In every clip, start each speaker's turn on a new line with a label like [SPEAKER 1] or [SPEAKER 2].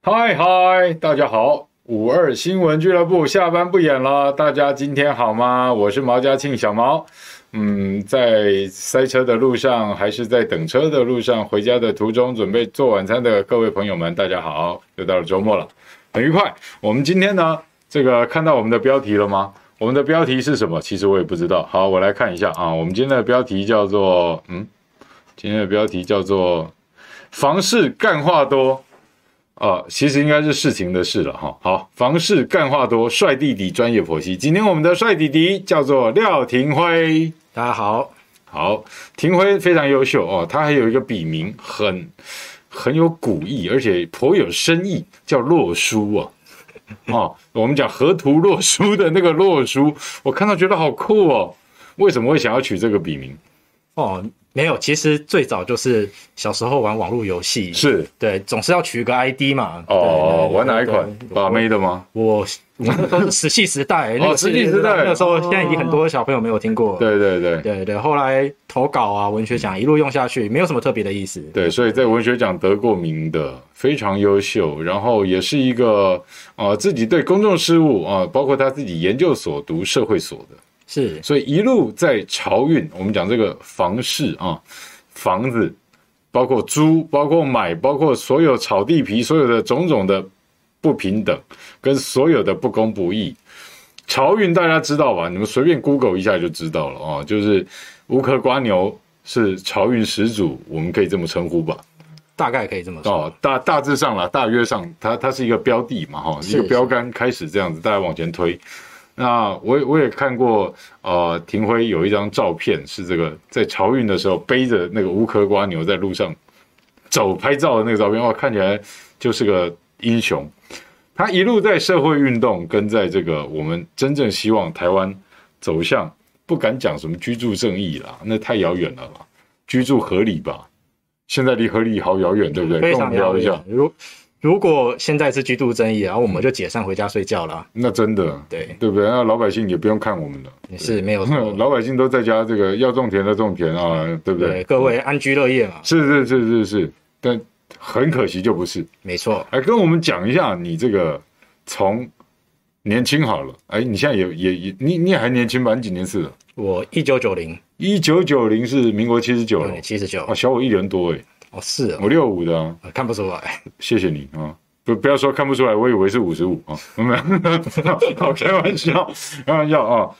[SPEAKER 1] 嗨嗨，大家好！五二新闻俱乐部下班不演了，大家今天好吗？我是毛家庆小毛。嗯，在塞车的路上，还是在等车的路上，回家的途中，准备做晚餐的各位朋友们，大家好！又到了周末了，很愉快。我们今天呢，这个看到我们的标题了吗？我们的标题是什么？其实我也不知道。好，我来看一下啊。我们今天的标题叫做嗯，今天的标题叫做房市干话多。呃，其实应该是事情的事了哈。好，房事干话多，帅弟弟专业剖析。今天我们的帅弟弟叫做廖廷辉，
[SPEAKER 2] 大家好，
[SPEAKER 1] 好，廷辉非常优秀哦，他还有一个笔名很很有古意，而且颇有深意，叫洛书啊。哦，我们讲河图洛书的那个洛书，我看到觉得好酷哦。为什么会想要取这个笔名？
[SPEAKER 2] 哦，没有，其实最早就是小时候玩网络游戏，
[SPEAKER 1] 是
[SPEAKER 2] 对，总是要取一个 ID 嘛。对
[SPEAKER 1] 哦，玩哪一款？把？
[SPEAKER 2] 对对对
[SPEAKER 1] 妹的吗？
[SPEAKER 2] 我我那时候是石器时代，那个
[SPEAKER 1] 石
[SPEAKER 2] 是
[SPEAKER 1] 器时代
[SPEAKER 2] 那个时候现在已经很多小朋友没有听过。
[SPEAKER 1] 对对对。
[SPEAKER 2] 对对，后来投稿啊，文学奖一路用下去，没有什么特别的意思。
[SPEAKER 1] 对，所以在文学奖得过名的，非常优秀，然后也是一个呃自己对公众事务啊、呃包括他自己研究所读社会所的，
[SPEAKER 2] 是
[SPEAKER 1] 所以一路在漕运。我们讲这个房市啊，房子，包括租，包括买，包括所有炒地皮，所有的种种的不平等，跟所有的不公不义。漕运大家知道吧？你们随便 Google 一下就知道了啊，就是无壳瓜牛是漕运始祖，我们可以这么称呼吧？
[SPEAKER 2] 大概可以这么说。
[SPEAKER 1] 哦，大大致上了，大约上，它它是一个标的嘛，哈，一
[SPEAKER 2] 是
[SPEAKER 1] 个标杆开始这样子，大家往前推。那我也我也看过，呃，廷辉有一张照片是这个在漕运的时候背着那个无壳瓜牛在路上走拍照的那个照片，哇，看起来就是个英雄。他一路在社会运动跟在这个我们真正希望台湾走向，不敢讲什么居住正义啦，那太遥远了啦，居住合理吧。现在离合理好遥远，对不对？跟
[SPEAKER 2] 非
[SPEAKER 1] 我
[SPEAKER 2] 常
[SPEAKER 1] 们聊一下
[SPEAKER 2] 遥。远如如果现在是居住争议，然后我们就解散回家睡觉了。
[SPEAKER 1] 那真的，
[SPEAKER 2] 对，
[SPEAKER 1] 对不对？那老百姓也不用看我 们了，。
[SPEAKER 2] 也是没有错
[SPEAKER 1] 老百姓都在家，这个要种田的种田啊，对不
[SPEAKER 2] 对，
[SPEAKER 1] 对？
[SPEAKER 2] 各位安居乐业嘛，
[SPEAKER 1] 是是是是是，但很可惜就不是。
[SPEAKER 2] 没错。
[SPEAKER 1] 哎，跟我们讲一下你这个从年轻好了，哎，你现在也也也你你也还年轻吧？你几年次了？
[SPEAKER 2] 我一九九零，
[SPEAKER 1] 一九九零是民国七十九了
[SPEAKER 2] 对，，七十九
[SPEAKER 1] 哦，，小我一年多哎，
[SPEAKER 2] 哦，是哦，
[SPEAKER 1] 我六五的啊。
[SPEAKER 2] 呃看不出来，
[SPEAKER 1] 谢谢你啊。不，不要说看不出来，我以为是五十五啊，没有， 好开玩笑，开玩笑啊。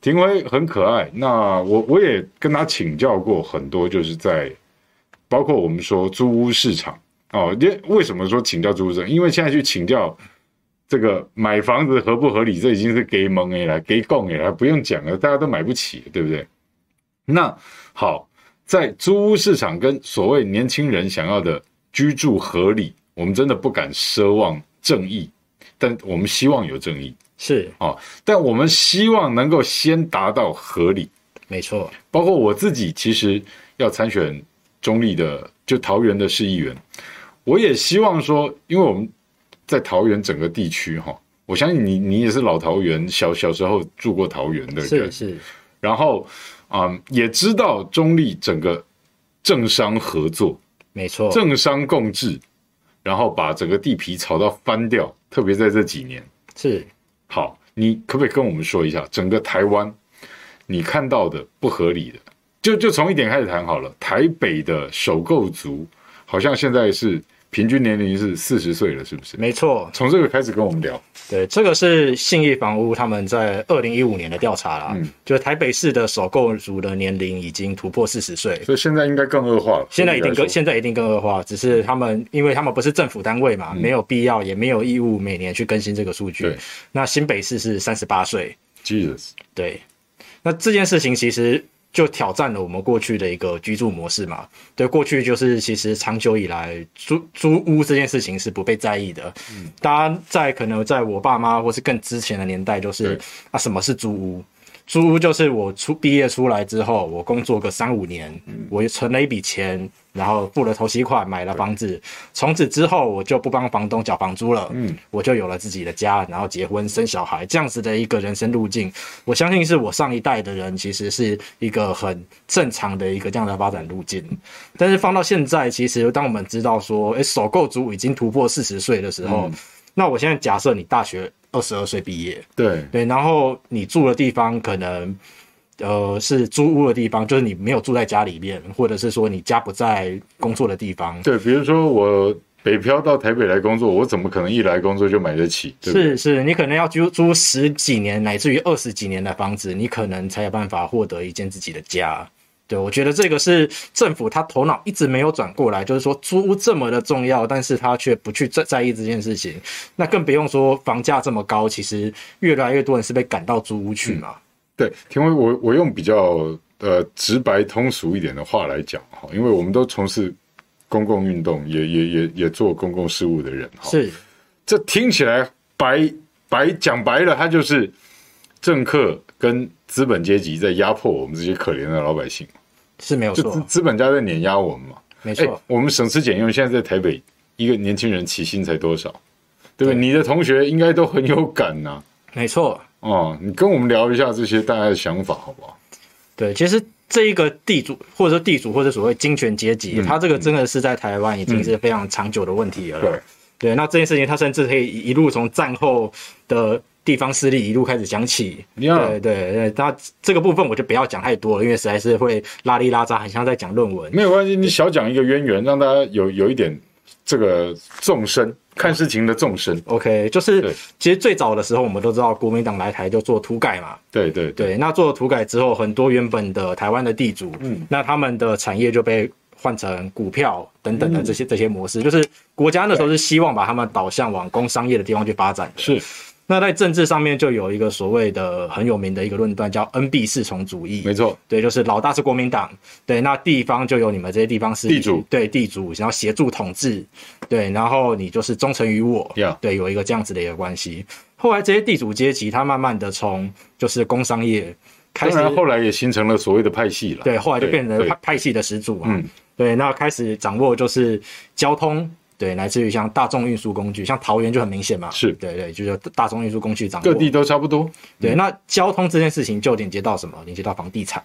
[SPEAKER 1] 廷辉很可爱，那我我也跟他请教过很多，就是在包括我们说租屋市场哦，因为为什么说请教租屋市场？因为现在去请教这个买房子合不合理，这已经是给蒙 A 了，给供 A 了，不用讲了，大家都买不起，对不对？那好，在租屋市场跟所谓年轻人想要的居住合理，我们真的不敢奢望正义，但我们希望有正义
[SPEAKER 2] 是
[SPEAKER 1] 哦，但我们希望能够先达到合理。
[SPEAKER 2] 没错，
[SPEAKER 1] 包括我自己，其实要参选中立的，就桃园的市议员，我也希望说，因为我们在桃园整个地区哈，我相信你，你也是老桃园，小小时候住过桃园的人，
[SPEAKER 2] 是是
[SPEAKER 1] 然后啊、嗯也知道中立整个政商合作、
[SPEAKER 2] 没错，
[SPEAKER 1] 政商共治，然后把整个地皮炒到翻掉，特别在这几年。
[SPEAKER 2] 是
[SPEAKER 1] 好，你可不可以跟我们说一下，整个台湾你看到的不合理的，就就从一点开始谈好了。台北的首购族好像现在是平均年龄是四十岁了，是不是？
[SPEAKER 2] 没错，
[SPEAKER 1] 从这个开始跟我们聊，
[SPEAKER 2] 对，这个是信义房屋他们在二零一五年的调查啦，
[SPEAKER 1] 嗯
[SPEAKER 2] 就是台北市的首购族的年龄已经突破四十岁，
[SPEAKER 1] 所以现在应该更恶化了。
[SPEAKER 2] 现在一定
[SPEAKER 1] 更
[SPEAKER 2] 更现在一定更恶化，只是他们因为他们不是政府单位嘛，没有必要也没有义务每年去更新这个数据
[SPEAKER 1] 嗯对。
[SPEAKER 2] 那新北市是三十八岁，
[SPEAKER 1] Jesus，
[SPEAKER 2] 对，那这件事情其实就挑战了我们过去的一个居住模式嘛。对，过去就是其实长久以来租租屋这件事情是不被在意的。大家在可能在我爸妈或是更之前的年代，就是
[SPEAKER 1] 对
[SPEAKER 2] 啊，什么是租屋？租屋就是我出毕业出来之后，我工作个三五年，我存了一笔钱，然后付了头期款，买了房子。从此之后，我就不帮房东缴房租了，
[SPEAKER 1] 嗯，
[SPEAKER 2] 我就有了自己的家，然后结婚生小孩，这样子的一个人生路径，我相信是我上一代的人其实是一个很正常的一个这样的发展路径。但是放到现在，其实当我们知道说，诶，首购族已经突破四十岁的时候，那我现在假设你大学二十二岁毕业，
[SPEAKER 1] 对，
[SPEAKER 2] 对，然后你住的地方可能呃是租屋的地方，就是你没有住在家里面，或者是说你家不在工作的地方。
[SPEAKER 1] 对，比如说我北漂到台北来工作，我怎么可能一来工作就买得起？对不对
[SPEAKER 2] 是是，你可能要租租十几年乃至于二十几年的房子，你可能才有办法获得一间自己的家。对，我觉得这个是政府他头脑一直没有转过来，就是说租屋这么的重要，但是他却不去在在意这件事情。那更不用说房价这么高，其实越来越多人是被赶到租屋去
[SPEAKER 1] 嗯
[SPEAKER 2] 嘛。
[SPEAKER 1] 对，因为我我用比较呃直白通俗一点的话来讲哈，因为我们都从事公共运动，也也也也做公共事务的人哈，
[SPEAKER 2] 是
[SPEAKER 1] 这听起来白白讲白了，它就是政客跟资本阶级在压迫我们这些可怜的老百姓，
[SPEAKER 2] 是没有
[SPEAKER 1] 就资
[SPEAKER 2] 错，
[SPEAKER 1] 资本家在碾压我们嘛。
[SPEAKER 2] 没错。
[SPEAKER 1] 哎，我们省吃俭用，现在在台北一个年轻人起薪才多少？对不对？
[SPEAKER 2] 对
[SPEAKER 1] 你的同学应该都很有感呐、
[SPEAKER 2] 没错，
[SPEAKER 1] 哦，你跟我们聊一下这些大家的想法好不好？
[SPEAKER 2] 对，其实这一个地主或者说地主或者所谓金权阶
[SPEAKER 1] 嗯
[SPEAKER 2] 级，他这个真的是在台湾已经是非常长久的问题了。
[SPEAKER 1] 对
[SPEAKER 2] 对，那这件事情，他甚至可以一路从战后的地方势力一路开始讲起。
[SPEAKER 1] Yeah
[SPEAKER 2] 对对对，那这个部分我就不要讲太多了，因为实在是会拉里拉扎，很像在讲论文。
[SPEAKER 1] 没有关系，你小讲一个渊源，让大家有有一点这个纵
[SPEAKER 2] 嗯
[SPEAKER 1] 深看事情的纵深。
[SPEAKER 2] OK，就
[SPEAKER 1] 对
[SPEAKER 2] 是其实最早的时候，我们都知道国民党来台就做土改嘛，
[SPEAKER 1] 对对对，
[SPEAKER 2] 对，那做了土改之后，很多原本的台湾的地主，
[SPEAKER 1] 嗯
[SPEAKER 2] 嗯，那他们的产业就被换成股票等等的这些、这些模式，就是国家那时候是希望把他们导向往工商业的地方去发展的。
[SPEAKER 1] 是
[SPEAKER 2] 那在政治上面就有一个所谓的很有名的一个论断，叫 NB 四重主义。
[SPEAKER 1] 没错。
[SPEAKER 2] 对，就是老大是国民党，对，那地方就有你们这些地方是
[SPEAKER 1] 地主
[SPEAKER 2] 对地主，然后协助统治，对，然后你就是忠诚于我
[SPEAKER 1] Yeah
[SPEAKER 2] 对，有一个这样子的一个关系。后来这些地主阶级，他慢慢的从就是工商业开
[SPEAKER 1] 当
[SPEAKER 2] 始，
[SPEAKER 1] 然后来也形成了所谓的派系了。
[SPEAKER 2] 对，后来就变成
[SPEAKER 1] 对
[SPEAKER 2] 派派系的始祖嘛，
[SPEAKER 1] 嗯
[SPEAKER 2] 对，那开始掌握就是交通。对，来自于像大众运输工具，像桃园就很明显嘛，
[SPEAKER 1] 是
[SPEAKER 2] 对对，就是大众运输工具掌握。
[SPEAKER 1] 各地都差不多。
[SPEAKER 2] 对，那交通这件事情就连接到什么？连接到房地产。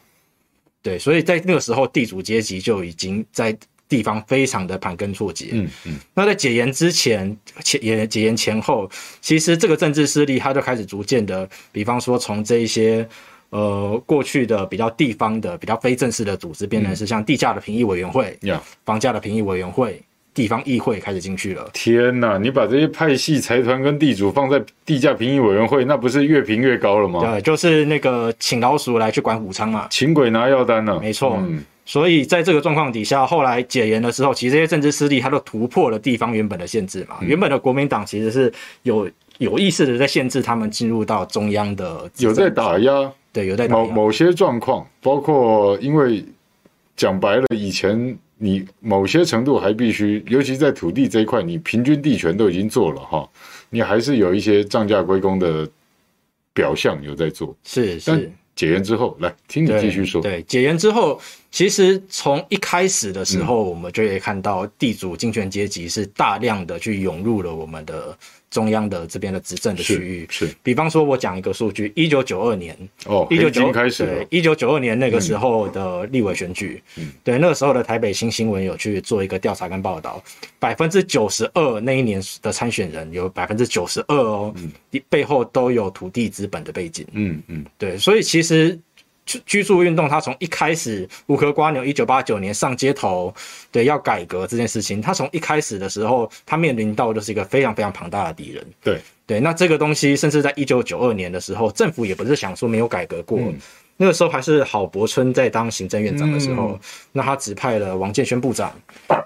[SPEAKER 2] 对，所以在那个时候，地主阶级就已经在地方非常的盘根错节。
[SPEAKER 1] 嗯嗯，
[SPEAKER 2] 那在解严之前、前也解严前后，其实这个政治势力它就开始逐渐的，比方说从这一些呃过去的比较地方的、比较非正式的组织，变
[SPEAKER 1] 嗯
[SPEAKER 2] 成是像地价的评议委员会、
[SPEAKER 1] 呀，
[SPEAKER 2] 房价的评议委员会、地方议会开始进去了。
[SPEAKER 1] 天哪！你把这些派系财团跟地主放在地价评议委员会，那不是越评越高了吗？
[SPEAKER 2] 对，就是那个请老鼠来去管武昌嘛。
[SPEAKER 1] 请鬼拿药单呢、
[SPEAKER 2] 没错
[SPEAKER 1] 嗯，
[SPEAKER 2] 所以在这个状况底下，后来解严的时候，其实这些政治势力它都突破了地方原本的限制
[SPEAKER 1] 嗯
[SPEAKER 2] 嘛。原本的国民党其实是有有意识的在限制他们进入到中央的执政，
[SPEAKER 1] 有在打压
[SPEAKER 2] 对有在打
[SPEAKER 1] 某某些状况，包括因为讲白了，以前你某些程度还必须，尤其在土地这一块，你平均地权都已经做了哈，你还是有一些涨价归公的表象有在做。
[SPEAKER 2] 是
[SPEAKER 1] 但
[SPEAKER 2] 是。
[SPEAKER 1] 解严之后，来听你
[SPEAKER 2] 对
[SPEAKER 1] 继续说。
[SPEAKER 2] 对，解严之后，其实从一开始的时候，我们就可以看到地主金权阶级是大量的去涌入了我们的中央的这边的执政的区域
[SPEAKER 1] 是。是
[SPEAKER 2] 比方说，我讲一个数据，一九九二年，
[SPEAKER 1] 哦，
[SPEAKER 2] 一
[SPEAKER 1] 黑
[SPEAKER 2] 九
[SPEAKER 1] 金
[SPEAKER 2] 九
[SPEAKER 1] 开始了，嗯
[SPEAKER 2] 一九九二年那个时候的立委选举，对那个时候的台北新新闻有去做一个调查跟报道，百分之九十二那一年的参选人有百分之九十二
[SPEAKER 1] 嗯
[SPEAKER 2] 哦，背后都有土地资本的背景，
[SPEAKER 1] 嗯嗯，
[SPEAKER 2] 对，所以其实居居住运动，它从一开始乌克瓜牛一九八九年上街头，对要改革这件事情，它从一开始的时候，它面临到就是一个非常非常庞大的敌人。
[SPEAKER 1] 对
[SPEAKER 2] 对，那这个东西，甚至在一九九二年的时候，政府也不是想说没有改革过，那个时候还是郝柏村在当行政院长的时候，那他指派了王建轩部长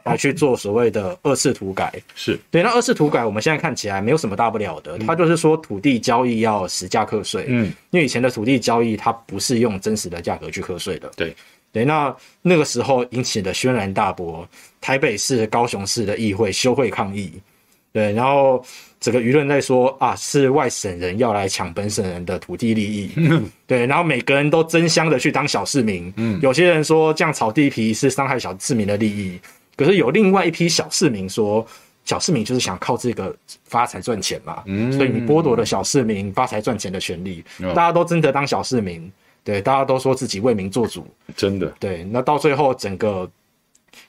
[SPEAKER 2] 来去做所谓的二次土改。
[SPEAKER 1] 是
[SPEAKER 2] 对，那二次土改我们现在看起来没有什么大不了的，它就是说土地交易要实价课税，
[SPEAKER 1] 嗯，
[SPEAKER 2] 因为以前的土地交易它不是用真实的价格去课税的，
[SPEAKER 1] 对
[SPEAKER 2] 对，那那个时候引起的轩然大波，台北市、高雄市的议会休会抗议，对，然后整个舆论在说啊，是外省人要来抢本省人的土地利益，
[SPEAKER 1] 嗯
[SPEAKER 2] 对，然后每个人都争相的去当小市民，嗯，有些人说这样炒地皮是伤害小市民的利益，可是有另外一批小市民说。小市民就是想靠这个发财赚钱嘛，所以你剥夺了小市民发财赚钱的权利，
[SPEAKER 1] 哦
[SPEAKER 2] 大家都争着当小市民，对，大家都说自己为民做主，
[SPEAKER 1] 真的，
[SPEAKER 2] 对，那到最后整个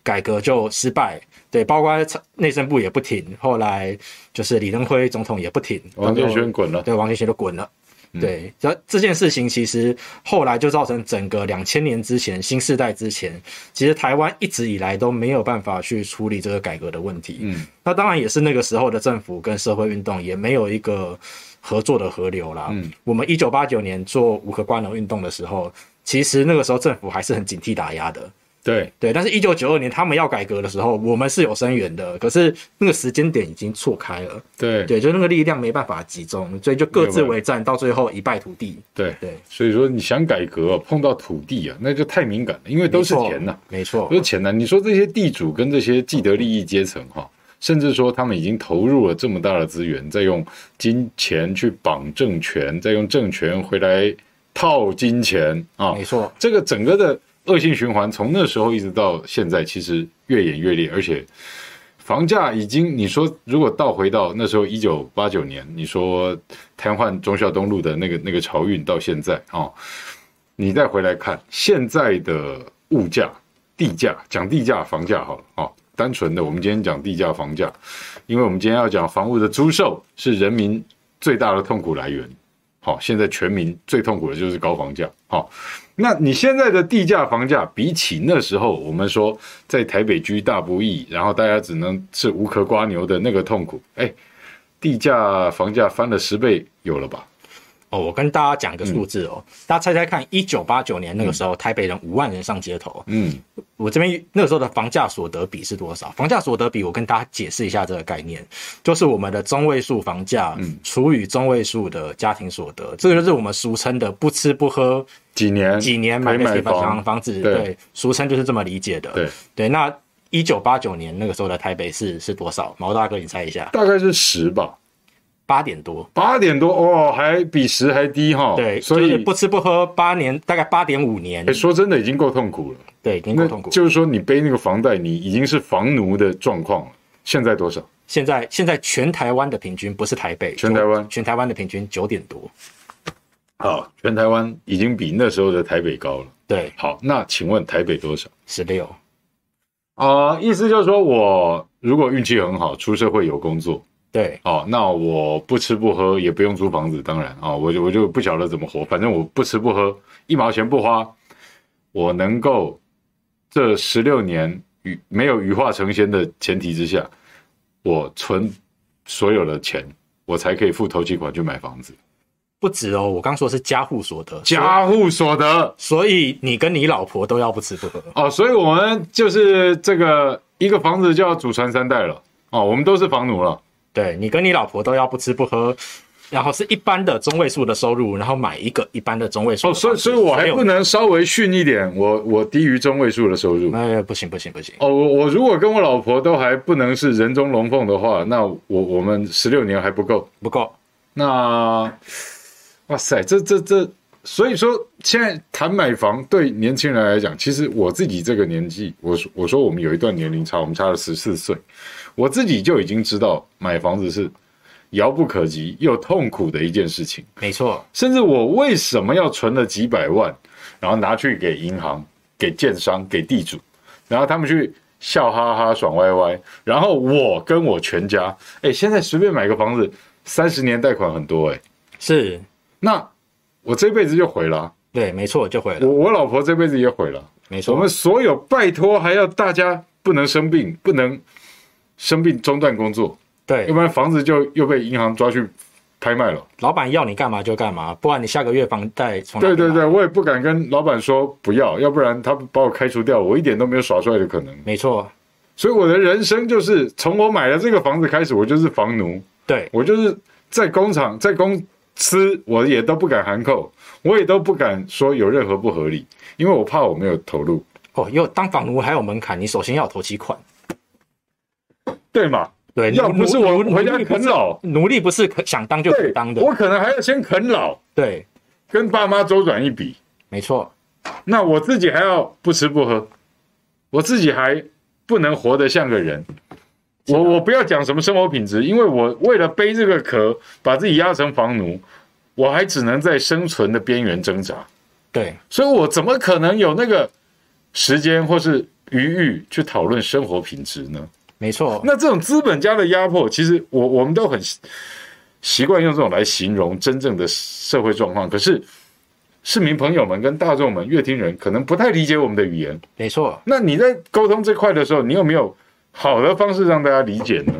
[SPEAKER 2] 改革就失败，对，包括内政部也不停，后来就是李登辉总统也不停，
[SPEAKER 1] 王建
[SPEAKER 2] 然
[SPEAKER 1] 轩
[SPEAKER 2] 后
[SPEAKER 1] 滚了。
[SPEAKER 2] 对王建轩就滚了。
[SPEAKER 1] 嗯
[SPEAKER 2] 对，然后这件事情其实后来就造成整个两千年之前新世代之前，其实台湾一直以来都没有办法去处理这个改革的问题。
[SPEAKER 1] 嗯，
[SPEAKER 2] 那当然也是那个时候的政府跟社会运动也没有一个合作的河流啦。
[SPEAKER 1] 嗯，
[SPEAKER 2] 我们一九八九年做无壳瓜牛运动的时候，其实那个时候政府还是很警惕打压的。
[SPEAKER 1] 对，
[SPEAKER 2] 对，但是，一九九二年他们要改革的时候，我们是有声援的，可是那个时间点已经错开了，
[SPEAKER 1] 对，
[SPEAKER 2] 对，就是那个力量没办法集中，所以就各
[SPEAKER 1] 没有
[SPEAKER 2] 自
[SPEAKER 1] 办法
[SPEAKER 2] 为战，到最后一败涂地。
[SPEAKER 1] 对，
[SPEAKER 2] 对，
[SPEAKER 1] 所以说你想改革、碰到土地啊，那就太敏感了，因为都是
[SPEAKER 2] 没错
[SPEAKER 1] 钱呐、
[SPEAKER 2] 没错
[SPEAKER 1] 都，是钱呐、你说这些地主跟这些既得利益阶层哈、甚至说他们已经投入了这么大的资源，在用金钱去绑政权，再用政权回来套金钱啊，
[SPEAKER 2] 没错，
[SPEAKER 1] 这个整个的恶性循环，从那时候一直到现在，其实越演越烈，而且房价已经，你说如果倒回到那时候一九八九年，你说瘫痪忠孝东路的那个那个潮运到现在啊、哦你再回来看现在的物价、地价，讲地价、房价好了啊、哦单纯的，我们今天讲地价、房价，因为我们今天要讲房屋的租售是人民最大的痛苦来源。好、现在全民最痛苦的就是高房价。哦好、那你现在的地价、房价比起那时候，我们说在台北居大不易，然后大家只能吃无壳瓜牛的那个痛苦，哎，地价、房价翻了十倍有了吧？
[SPEAKER 2] 哦，我跟大家讲个数字哦，大家猜猜看，一九八九年那个时候，台北人五万人上街头，
[SPEAKER 1] 嗯，
[SPEAKER 2] 我这边那个时候的房价所得比是多少？房价所得比，我跟大家解释一下这个概念，就是我们的中位数房价除以中位数的家庭所得，这个就是我们俗称的不吃不喝
[SPEAKER 1] 几年
[SPEAKER 2] 几年
[SPEAKER 1] 可
[SPEAKER 2] 买
[SPEAKER 1] 以
[SPEAKER 2] 得
[SPEAKER 1] 买
[SPEAKER 2] 起房
[SPEAKER 1] 房，
[SPEAKER 2] 房子，
[SPEAKER 1] 对
[SPEAKER 2] 对，俗称就是这么理解的。
[SPEAKER 1] 对，
[SPEAKER 2] 对，那一九八九年那个时候的台北市是多少？毛大哥，你猜一下，
[SPEAKER 1] 大概是十吧，
[SPEAKER 2] 八点多。
[SPEAKER 1] 八点多哦，还比十还低哈。
[SPEAKER 2] 对，
[SPEAKER 1] 哦所
[SPEAKER 2] 就是
[SPEAKER 1] 以
[SPEAKER 2] 不吃不喝八年，大概八点五年
[SPEAKER 1] 哎，，说真的已经够痛苦了，
[SPEAKER 2] 对，已经够
[SPEAKER 1] 那
[SPEAKER 2] 痛苦。
[SPEAKER 1] 就是说你背那个房贷，你已经是房奴的状况了。现在多少？
[SPEAKER 2] 现在现在全台湾的平均不是台北，
[SPEAKER 1] 全台湾
[SPEAKER 2] 全台湾的平均九点多。
[SPEAKER 1] 好，全台湾已经比那时候的台北高了。
[SPEAKER 2] 对，
[SPEAKER 1] 好，那请问台北多少？
[SPEAKER 2] 十六，
[SPEAKER 1] 啊、意思就是说我如果运气很好，出社会有工作，
[SPEAKER 2] 对，
[SPEAKER 1] 哦，那我不吃不喝，也不用租房子，当然啊、我就我就不晓得怎么活，反正我不吃不喝，一毛钱不花，我能够这十六年羽没有羽化成仙的前提之下，我存所有的钱，我才可以付头期款去买房子，
[SPEAKER 2] 不止哦。我刚说是家户所得，
[SPEAKER 1] 家户所得。
[SPEAKER 2] 所以，所以你跟你老婆都要不吃不喝。
[SPEAKER 1] 哦，所以我们就是这个一个房子就要祖传三代了哦，我们都是房奴了。
[SPEAKER 2] 对你跟你老婆都要不吃不喝，然后是一般的中位数的收入，然后买一个一般的中位数
[SPEAKER 1] 哦，
[SPEAKER 2] 的房子。哎
[SPEAKER 1] 所以所以我还
[SPEAKER 2] 16
[SPEAKER 1] 不。能稍微逊一点，我我低于中位数的收入。
[SPEAKER 2] 哎，不行不行不行，
[SPEAKER 1] 哦，我我如果跟我老婆都还不能是人中龙凤的话，那我我们十六年还不够。
[SPEAKER 2] 不够。
[SPEAKER 1] 那，哇塞，这这这，所以说现在谈买房对年轻人来讲，其实我自己这个年纪，我说我说我们有一段年龄差，我们差了十四岁，我自己就已经知道买房子是遥不可及又痛苦的一件事情。
[SPEAKER 2] 没错，
[SPEAKER 1] 甚至我为什么要存了几百万，然后拿去给银行、给建商、给地主，然后他们去笑哈哈、爽歪歪，然后我跟我全家，哎，现在随便买个房子，三十年贷款很多哎、
[SPEAKER 2] 是
[SPEAKER 1] 那我这辈子就毁了啊、
[SPEAKER 2] 对，没错，就毁
[SPEAKER 1] 我
[SPEAKER 2] 了，
[SPEAKER 1] 我老婆这辈子也毁了。
[SPEAKER 2] 没错。
[SPEAKER 1] 我们所有拜托，还要大家不能生病，不能生病中断工作，要
[SPEAKER 2] 对
[SPEAKER 1] 不然房子就又被银行抓去拍卖了。
[SPEAKER 2] 老板要你干嘛就干嘛，不然你下个月房贷从哪
[SPEAKER 1] 对
[SPEAKER 2] 里
[SPEAKER 1] 对
[SPEAKER 2] 来
[SPEAKER 1] 对，，我也不敢跟老板说不要，要不然他把我开除掉，我一点都没有耍帅的可能。
[SPEAKER 2] 没错，
[SPEAKER 1] 所以我的人生就是从我买了这个房子开始，我就是房奴，
[SPEAKER 2] 对
[SPEAKER 1] 我就是在工厂、在公司，我也都不敢喊口，我也都不敢说有任何不合理，因为我怕我没有投入，
[SPEAKER 2] 哦，又当房奴还有门槛，你首先要有头期款。
[SPEAKER 1] 对嘛？
[SPEAKER 2] 对，
[SPEAKER 1] 要
[SPEAKER 2] 奴
[SPEAKER 1] 不是我
[SPEAKER 2] 奴
[SPEAKER 1] 回家
[SPEAKER 2] 奴隶不
[SPEAKER 1] 啃
[SPEAKER 2] 是
[SPEAKER 1] 老，
[SPEAKER 2] 奴隶不是可想当就可以
[SPEAKER 1] 对
[SPEAKER 2] 当，的，
[SPEAKER 1] 我可能还要先啃老，
[SPEAKER 2] 对，
[SPEAKER 1] 跟爸妈周转一笔，
[SPEAKER 2] 没错，
[SPEAKER 1] 那我自己还要不吃不喝，我自己还不能活得像个人。我我不要讲什么生活品质，因为我为了背这个壳，把自己压成房奴，我还只能在生存的边缘挣扎，
[SPEAKER 2] 对，
[SPEAKER 1] 所以我怎么可能有那个时间或是余裕去讨论生活品质呢？
[SPEAKER 2] 没错，
[SPEAKER 1] 那这种资本家的压迫，其实我我们都很习习惯用这种来形容真正的社会状况。可是市民朋友们跟大众们、乐听人可能不太理解我们的语言。
[SPEAKER 2] 没错，
[SPEAKER 1] 那你在沟通这块的时候，你有没有好的方式让大家理解呢？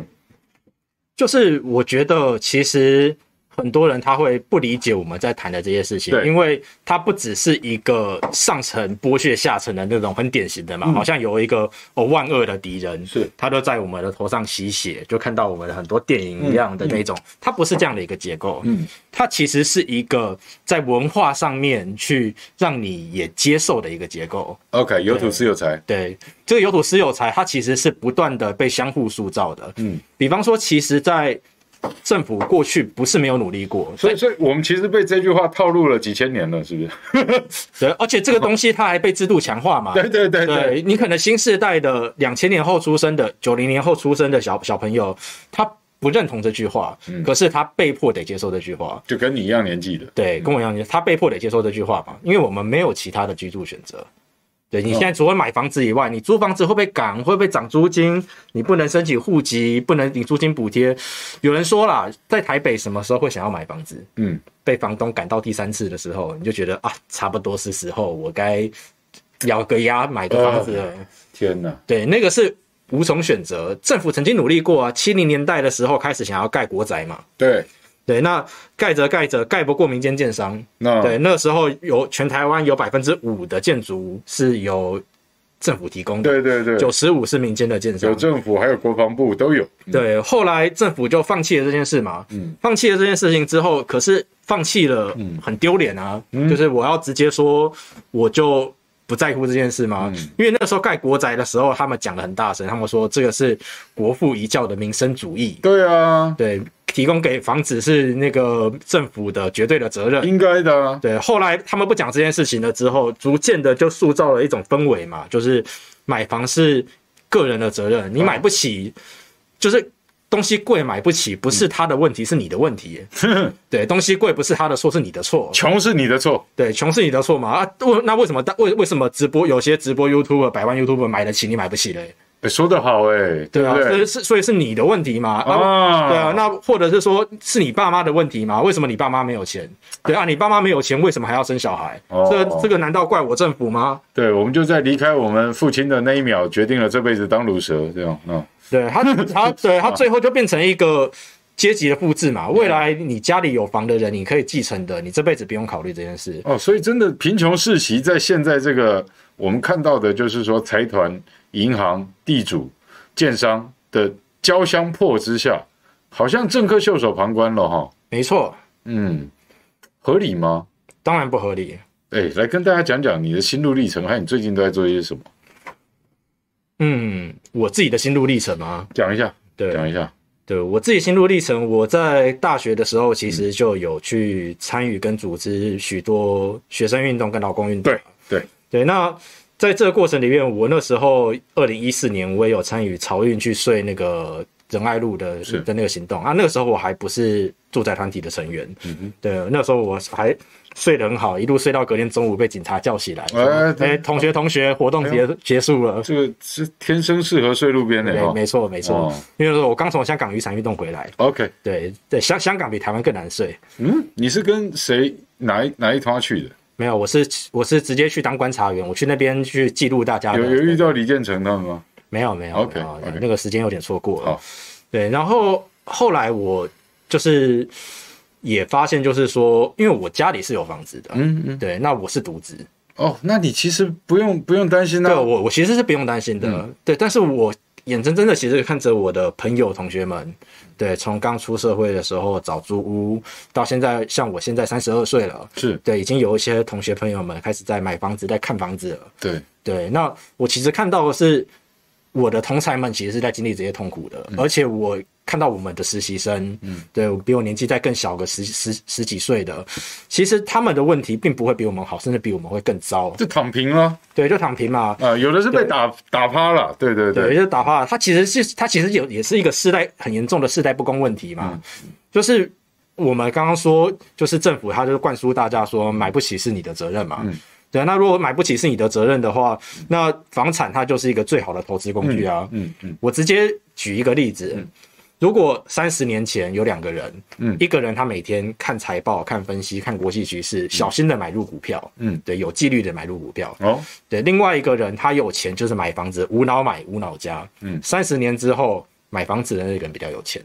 [SPEAKER 2] 就是我觉得其实很多人他会不理解我们在谈的这些事情，
[SPEAKER 1] 对
[SPEAKER 2] 因为它不只是一个上层剥削下层的那种很典型的嘛，好像有一个哦万恶的敌人，
[SPEAKER 1] 嗯是
[SPEAKER 2] 他都在我们的头上吸血，就看到我们的很多电影一样的那
[SPEAKER 1] 嗯
[SPEAKER 2] 种，它不是这样的一个结构，嗯，它其实是一个在文化上面去让你也接受的一个结构，
[SPEAKER 1] OK，有土是有财，
[SPEAKER 2] 对，这个有土私有财，它其实是不断的被相互塑造的。嗯，比方说，其实，在政府过去不是没有努力过，
[SPEAKER 1] 所以所以我们其实被这句话套路了几千年了，是不是？
[SPEAKER 2] 对，而且这个东西它还被制度强化 嘛。
[SPEAKER 1] 对对对对，
[SPEAKER 2] 对你可能新世代的两千年后出生的、九零年后出生的小小朋友，他不认同这句话，
[SPEAKER 1] 嗯
[SPEAKER 2] 可是他被迫得接受这句话。
[SPEAKER 1] 就跟你一样年纪的。
[SPEAKER 2] 对，跟我一样，他被迫得接受这句话嘛，因为我们没有其他的居住选择。对你现在除了买房子以外，你租房子会被赶，会被涨租金，你不能申请户籍，不能领租金补贴。有人说啦，在台北什么时候会想要买房子？
[SPEAKER 1] 嗯，
[SPEAKER 2] 被房东赶到第三次的时候，你就觉得啊，差不多是时候，我该咬个牙买个房子了。
[SPEAKER 1] 天哪！
[SPEAKER 2] 对，那个是无从选择。政府曾经努力过啊，七零年代的时候开始想要盖国宅嘛，
[SPEAKER 1] 对，
[SPEAKER 2] 对，那盖着盖着盖不过民间建商，
[SPEAKER 1] 那
[SPEAKER 2] 对，那时候有全台湾有百分之五的建筑是由政府提供的，
[SPEAKER 1] 对对对，
[SPEAKER 2] 九十五是民间的建
[SPEAKER 1] 有
[SPEAKER 2] 商。
[SPEAKER 1] 政府还有国防部都有。
[SPEAKER 2] 对，后来政府就放弃了这件事嘛，嗯，放弃了这件事情之后，可是放弃了，
[SPEAKER 1] 嗯
[SPEAKER 2] 很丢脸啊，就是我要直接说我就不在乎这件事嘛，
[SPEAKER 1] 嗯
[SPEAKER 2] 因为那个时候盖国宅的时候，他们讲的很大声，他们说这个是国父遗教的民生主义，
[SPEAKER 1] 对啊，
[SPEAKER 2] 对，提供给房子是那个政府的绝对的责任。
[SPEAKER 1] 应该的啊。
[SPEAKER 2] 对，后来他们不讲这件事情了之后，逐渐的就塑造了一种氛围嘛，就是买房是个人的责任，你买不起，就是东西贵买不起，不是他的问题，是你的问题。对，东西贵不是他的错，是你的错。
[SPEAKER 1] 穷是你的错，
[SPEAKER 2] 对，穷是你的错嘛啊？为那为什么但为为什么直播有些直播 YouTube 百万 YouTube 买得起，你买不起嘞？
[SPEAKER 1] 欸说得好哎、欸，对
[SPEAKER 2] 啊，
[SPEAKER 1] 不
[SPEAKER 2] 所
[SPEAKER 1] 对
[SPEAKER 2] 以？是所以是你的问题嘛
[SPEAKER 1] 啊
[SPEAKER 2] 对啊，那或者是说是你爸妈的问题嘛？为什么你爸妈没有钱？对啊，你爸妈没有钱，为什么还要生小孩？
[SPEAKER 1] 哦
[SPEAKER 2] 这个这个难道怪我政府吗？
[SPEAKER 1] 对，我们就在离开我们父亲的那一秒，决定了这辈子当卤蛇这样。嗯，
[SPEAKER 2] 对他，他对他最后就变成一个阶级的复制嘛。未来你家里有房的人，你可以继承的，你这辈子不用考虑这件事。
[SPEAKER 1] 哦，所以真的贫穷世袭在现在这个我们看到的，就是说财团、银行、地主、建商的交相迫之下，好像政客袖手旁观了哈。
[SPEAKER 2] 没错，
[SPEAKER 1] 嗯，合理吗？
[SPEAKER 2] 当然不合理。
[SPEAKER 1] 哎，来跟大家讲讲你的心路历程，还有你最近都在做些什么，
[SPEAKER 2] 嗯，我自己的心路历程啊，
[SPEAKER 1] 讲一下，
[SPEAKER 2] 对
[SPEAKER 1] 讲一下。
[SPEAKER 2] 对我自己心路历程，我在大学的时候其实就有去参与跟组织许多学生运动跟劳工运动。
[SPEAKER 1] 对对，
[SPEAKER 2] 对，那在这个过程里面，我那时候二零一四年，我也有参与漕运去睡那个仁爱路的
[SPEAKER 1] 是
[SPEAKER 2] 的那个行动啊。那个时候我还不是住宅团体的成员，
[SPEAKER 1] 嗯
[SPEAKER 2] 对，那时候我还睡得很好，一路睡到隔天中午被警察叫起来，
[SPEAKER 1] 哎
[SPEAKER 2] 说哎，同学同学，活动结结束了。
[SPEAKER 1] 这个是天生适合睡路边的
[SPEAKER 2] 对，
[SPEAKER 1] 哈。
[SPEAKER 2] 没错没错
[SPEAKER 1] 哦，
[SPEAKER 2] 因为那时候我刚从香港雨伞运动回来，
[SPEAKER 1] OK，
[SPEAKER 2] 对对，香香港比台湾更难睡。
[SPEAKER 1] 嗯，你是跟谁哪一哪一团去的？
[SPEAKER 2] 没有，我是我是直接去当观察员，我去那边去记录大家的
[SPEAKER 1] 有有遇到李建成他们吗？
[SPEAKER 2] 没有没有
[SPEAKER 1] OK，
[SPEAKER 2] 没有
[SPEAKER 1] OK
[SPEAKER 2] 那个时间有点错过了
[SPEAKER 1] 好。
[SPEAKER 2] 对，然后后来我就是也发现，就是说，因为我家里是有房子的，
[SPEAKER 1] 嗯嗯，
[SPEAKER 2] 对，那我是独子，
[SPEAKER 1] 哦，那你其实不用不用担心
[SPEAKER 2] 对
[SPEAKER 1] 啊。
[SPEAKER 2] 我我其实是不用担心的，
[SPEAKER 1] 嗯
[SPEAKER 2] 对，但是我眼睁睁的其实看着我的朋友同学们，对，从刚出社会的时候找租屋，到现在像我现在三十二岁了，
[SPEAKER 1] 是
[SPEAKER 2] 对，已经有一些同学朋友们开始在买房子，在看房子了。
[SPEAKER 1] 对，
[SPEAKER 2] 对，那我其实看到的是我的同才们其实是在经历这些痛苦的，而且我看到我们的实习生，嗯，对我比我年纪再更小个十十十几岁的，其实他们的问题并不会比我们好，甚至比我们会更糟。
[SPEAKER 1] 就躺平了
[SPEAKER 2] 对，就躺平嘛。
[SPEAKER 1] 啊，有的是被打打趴了，对对
[SPEAKER 2] 对，
[SPEAKER 1] 对，
[SPEAKER 2] 就打趴。他其实是他其实有也是一个世代很严重的世代不公问题嘛，
[SPEAKER 1] 嗯
[SPEAKER 2] 就是我们刚刚说，就是政府他就是灌输大家说买不起是你的责任嘛。
[SPEAKER 1] 嗯
[SPEAKER 2] 对啊，那如果买不起是你的责任的话，那房产它就是一个最好的投资工具啊。
[SPEAKER 1] 嗯嗯，
[SPEAKER 2] 我直接举一个例子，如果三十年前有两个人，
[SPEAKER 1] 嗯
[SPEAKER 2] 一个人他每天看财报、看分析、看国际局势，小心的买入股票，
[SPEAKER 1] 嗯，
[SPEAKER 2] 对，有纪律的买入股票，
[SPEAKER 1] 哦，
[SPEAKER 2] 对，另外一个人他有钱就是买房子，无脑买无脑加。
[SPEAKER 1] 嗯
[SPEAKER 2] 三十年之后买房子的那个人比较有钱，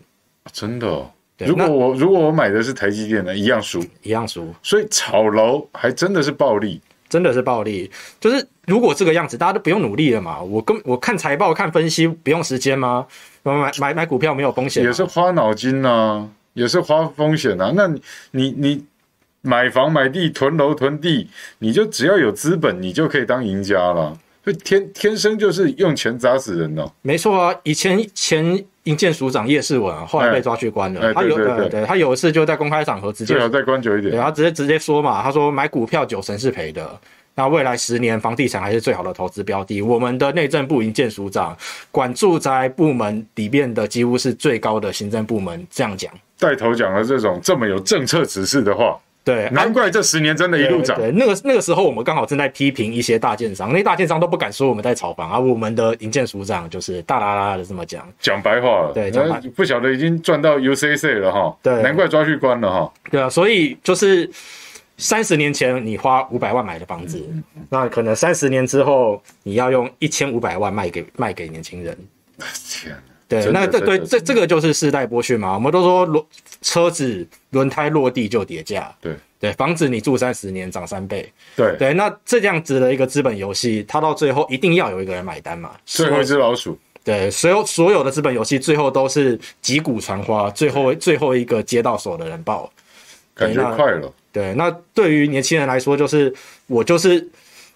[SPEAKER 1] 真的哦。
[SPEAKER 2] 对
[SPEAKER 1] 如果
[SPEAKER 2] 那
[SPEAKER 1] 我如果我买的是台积电的，一样输。
[SPEAKER 2] 一样输，
[SPEAKER 1] 所以炒楼还真的是暴利，
[SPEAKER 2] 真的是暴利。就是如果这个样子，大家都不用努力了嘛，我跟我看财报、看分析不用时间吗？我买买买股票没有风险吗，啊
[SPEAKER 1] 也是花脑筋啊，也是花风险啊。那你你你买房买地囤楼囤地，你就只要有资本，你就可以当赢家了。所以天天生就是用钱砸死人哦。
[SPEAKER 2] 没错啊，以前前营建署长叶世文啊后来被抓去关了。
[SPEAKER 1] 哎哎
[SPEAKER 2] 他有
[SPEAKER 1] 对对啊
[SPEAKER 2] 呃
[SPEAKER 1] 对
[SPEAKER 2] 他有一次就在公开场合直接
[SPEAKER 1] 最，好再关久一
[SPEAKER 2] 对，啊
[SPEAKER 1] 点。
[SPEAKER 2] 他直接直接说嘛，他说买股票九成是赔的。那未来十年，房地产还是最好的投资标的。我们的内政部营建署长管住宅部门里面的几乎是最高的行政部门，这样讲。
[SPEAKER 1] 带头讲了这种这么有政策指示的话，
[SPEAKER 2] 对，啊
[SPEAKER 1] 难怪这十年真的一路涨。
[SPEAKER 2] 对，对那个那个时候我们刚好正在批评一些大建商，那些大建商都不敢说我们在炒房啊。我们的营建署长就是大啦啦的这么讲。
[SPEAKER 1] 讲白话了，哎
[SPEAKER 2] 对讲白
[SPEAKER 1] 那不晓得已经赚到 UCC 了哈，
[SPEAKER 2] 对
[SPEAKER 1] 难怪抓去关了哈。
[SPEAKER 2] 对啊，所以就是三十年前你花五百万买的房子，那可能三十年之后你要用一千五百万卖给卖给年轻人。
[SPEAKER 1] 天啊，
[SPEAKER 2] 对，
[SPEAKER 1] 真的
[SPEAKER 2] 那这
[SPEAKER 1] 真的
[SPEAKER 2] 对
[SPEAKER 1] 真的
[SPEAKER 2] 这这个就是世代剥削嘛。我们都说轮车子轮胎落地就跌价，
[SPEAKER 1] 对
[SPEAKER 2] 对，房子你住三十年涨三倍，
[SPEAKER 1] 对，
[SPEAKER 2] 对，那这样子的一个资本游戏，它到最后一定要有一个人买单嘛。
[SPEAKER 1] 最后一只老鼠。
[SPEAKER 2] 对，所有所有的资本游戏最后都是击鼓传花，最后最后一个接到手的人爆。
[SPEAKER 1] 感觉
[SPEAKER 2] 对那
[SPEAKER 1] 快了，
[SPEAKER 2] 对，那对于年轻人来说，就是我就是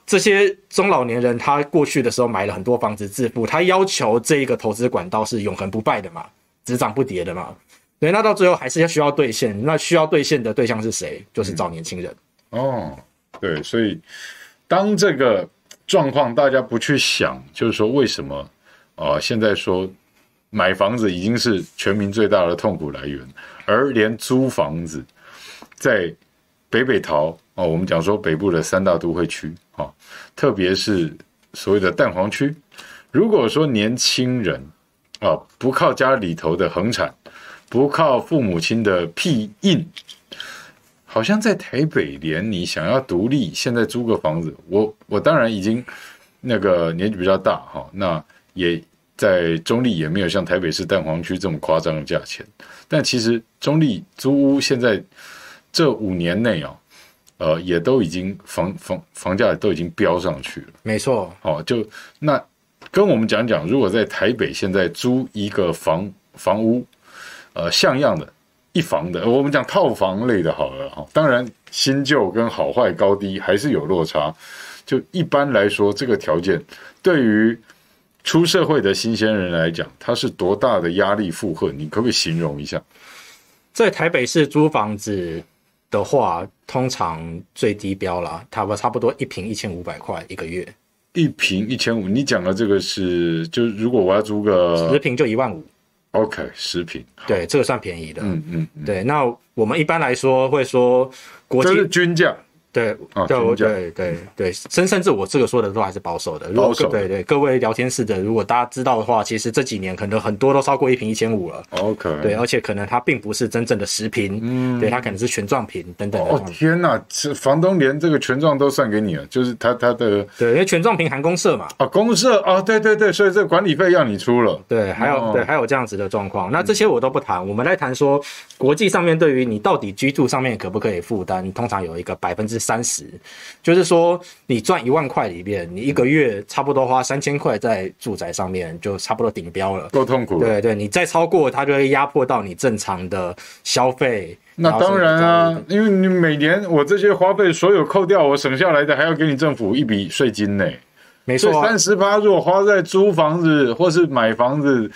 [SPEAKER 2] 这些中老年人，他过去的时候买了很多房子致富，他要求这一个投资管道是永恒不败的嘛，只涨不跌的嘛。对，那到最后还是要需要兑现，那需要兑现的对象是谁？就是
[SPEAKER 1] 嗯
[SPEAKER 2] 找年轻人。
[SPEAKER 1] 哦，对，所以当这个状况大家不去想，就是说为什么啊、呃现在说买房子已经是全民最大的痛苦来源，而连租房子在北北桃哦，我们讲说北部的三大都会区啊、哦，特别是所谓的蛋黄区，如果说年轻人啊、不靠家里头的恒产，不靠父母亲的庇荫。好像在台北，连你想要独立，现在租个房子，我我当然已经那个年纪比较大哈，那也在中立也没有像台北市蛋黄区这么夸张的价钱，但其实中立租屋现在这五年内哦，呃，也都已经房房房价都已经飙上去了。
[SPEAKER 2] 没错，
[SPEAKER 1] 好、就那跟我们讲讲，如果在台北现在租一个房房屋，呃，像样的一房的，呃我们讲套房类的好了哈、当然，新旧跟好坏高低还是有落差。就一般来说，这个条件对于出社会的新鲜人来讲，它是多大的压力负荷？你可不可以形容一下？
[SPEAKER 2] 在台北市租房子的话，通常最低标啦，差不差不多一平一千五百块一个月，
[SPEAKER 1] 一平一千五，你讲的这个是，就如果我要租
[SPEAKER 2] 十
[SPEAKER 1] 个
[SPEAKER 2] 平就一万五，
[SPEAKER 1] OK 十平，
[SPEAKER 2] 对，这个算便宜的。
[SPEAKER 1] 嗯嗯，
[SPEAKER 2] 对，那我们一般来说会说国际
[SPEAKER 1] 这是均价，
[SPEAKER 2] 对
[SPEAKER 1] 啊
[SPEAKER 2] 对，我
[SPEAKER 1] 评价
[SPEAKER 2] 对对对，甚甚至我这个说的都还是保守的。如果
[SPEAKER 1] 保守的
[SPEAKER 2] 对对，各位聊天室的，如果大家知道的话，其实这几年可能很多都超过一瓶一千五了。
[SPEAKER 1] OK，
[SPEAKER 2] 对，而且可能它并不是真正的实瓶，嗯，对，它可能是权状瓶等等的。
[SPEAKER 1] 哦天哪，这房东连这个权状都算给你了，就是他他的
[SPEAKER 2] 对，因为权状瓶含公社嘛，
[SPEAKER 1] 啊公社啊，对对对，所以这管理费要你出了。
[SPEAKER 2] 对，还有、
[SPEAKER 1] 哦嗯
[SPEAKER 2] 对，还有这样子的状况。那这些我都不谈，我们来谈说国际上面对于你到底居住上面可不可以负担，通常有一个百分之三十，就是说你赚一万块里面，你一个月差不多花三千块在住宅上面，就差不多顶标了。
[SPEAKER 1] 够痛苦了，
[SPEAKER 2] 对对，你再超过它就会压迫到你正常的消费。
[SPEAKER 1] 那
[SPEAKER 2] 后
[SPEAKER 1] 当
[SPEAKER 2] 甚至
[SPEAKER 1] 然
[SPEAKER 2] 在
[SPEAKER 1] 啊，因为你每年我这些花费所有扣掉，我省下来的还要给你政府一笔税金呢、
[SPEAKER 2] 没
[SPEAKER 1] 所
[SPEAKER 2] 错
[SPEAKER 1] 以
[SPEAKER 2] 啊、
[SPEAKER 1] 三十八如果花在租房子或是买房子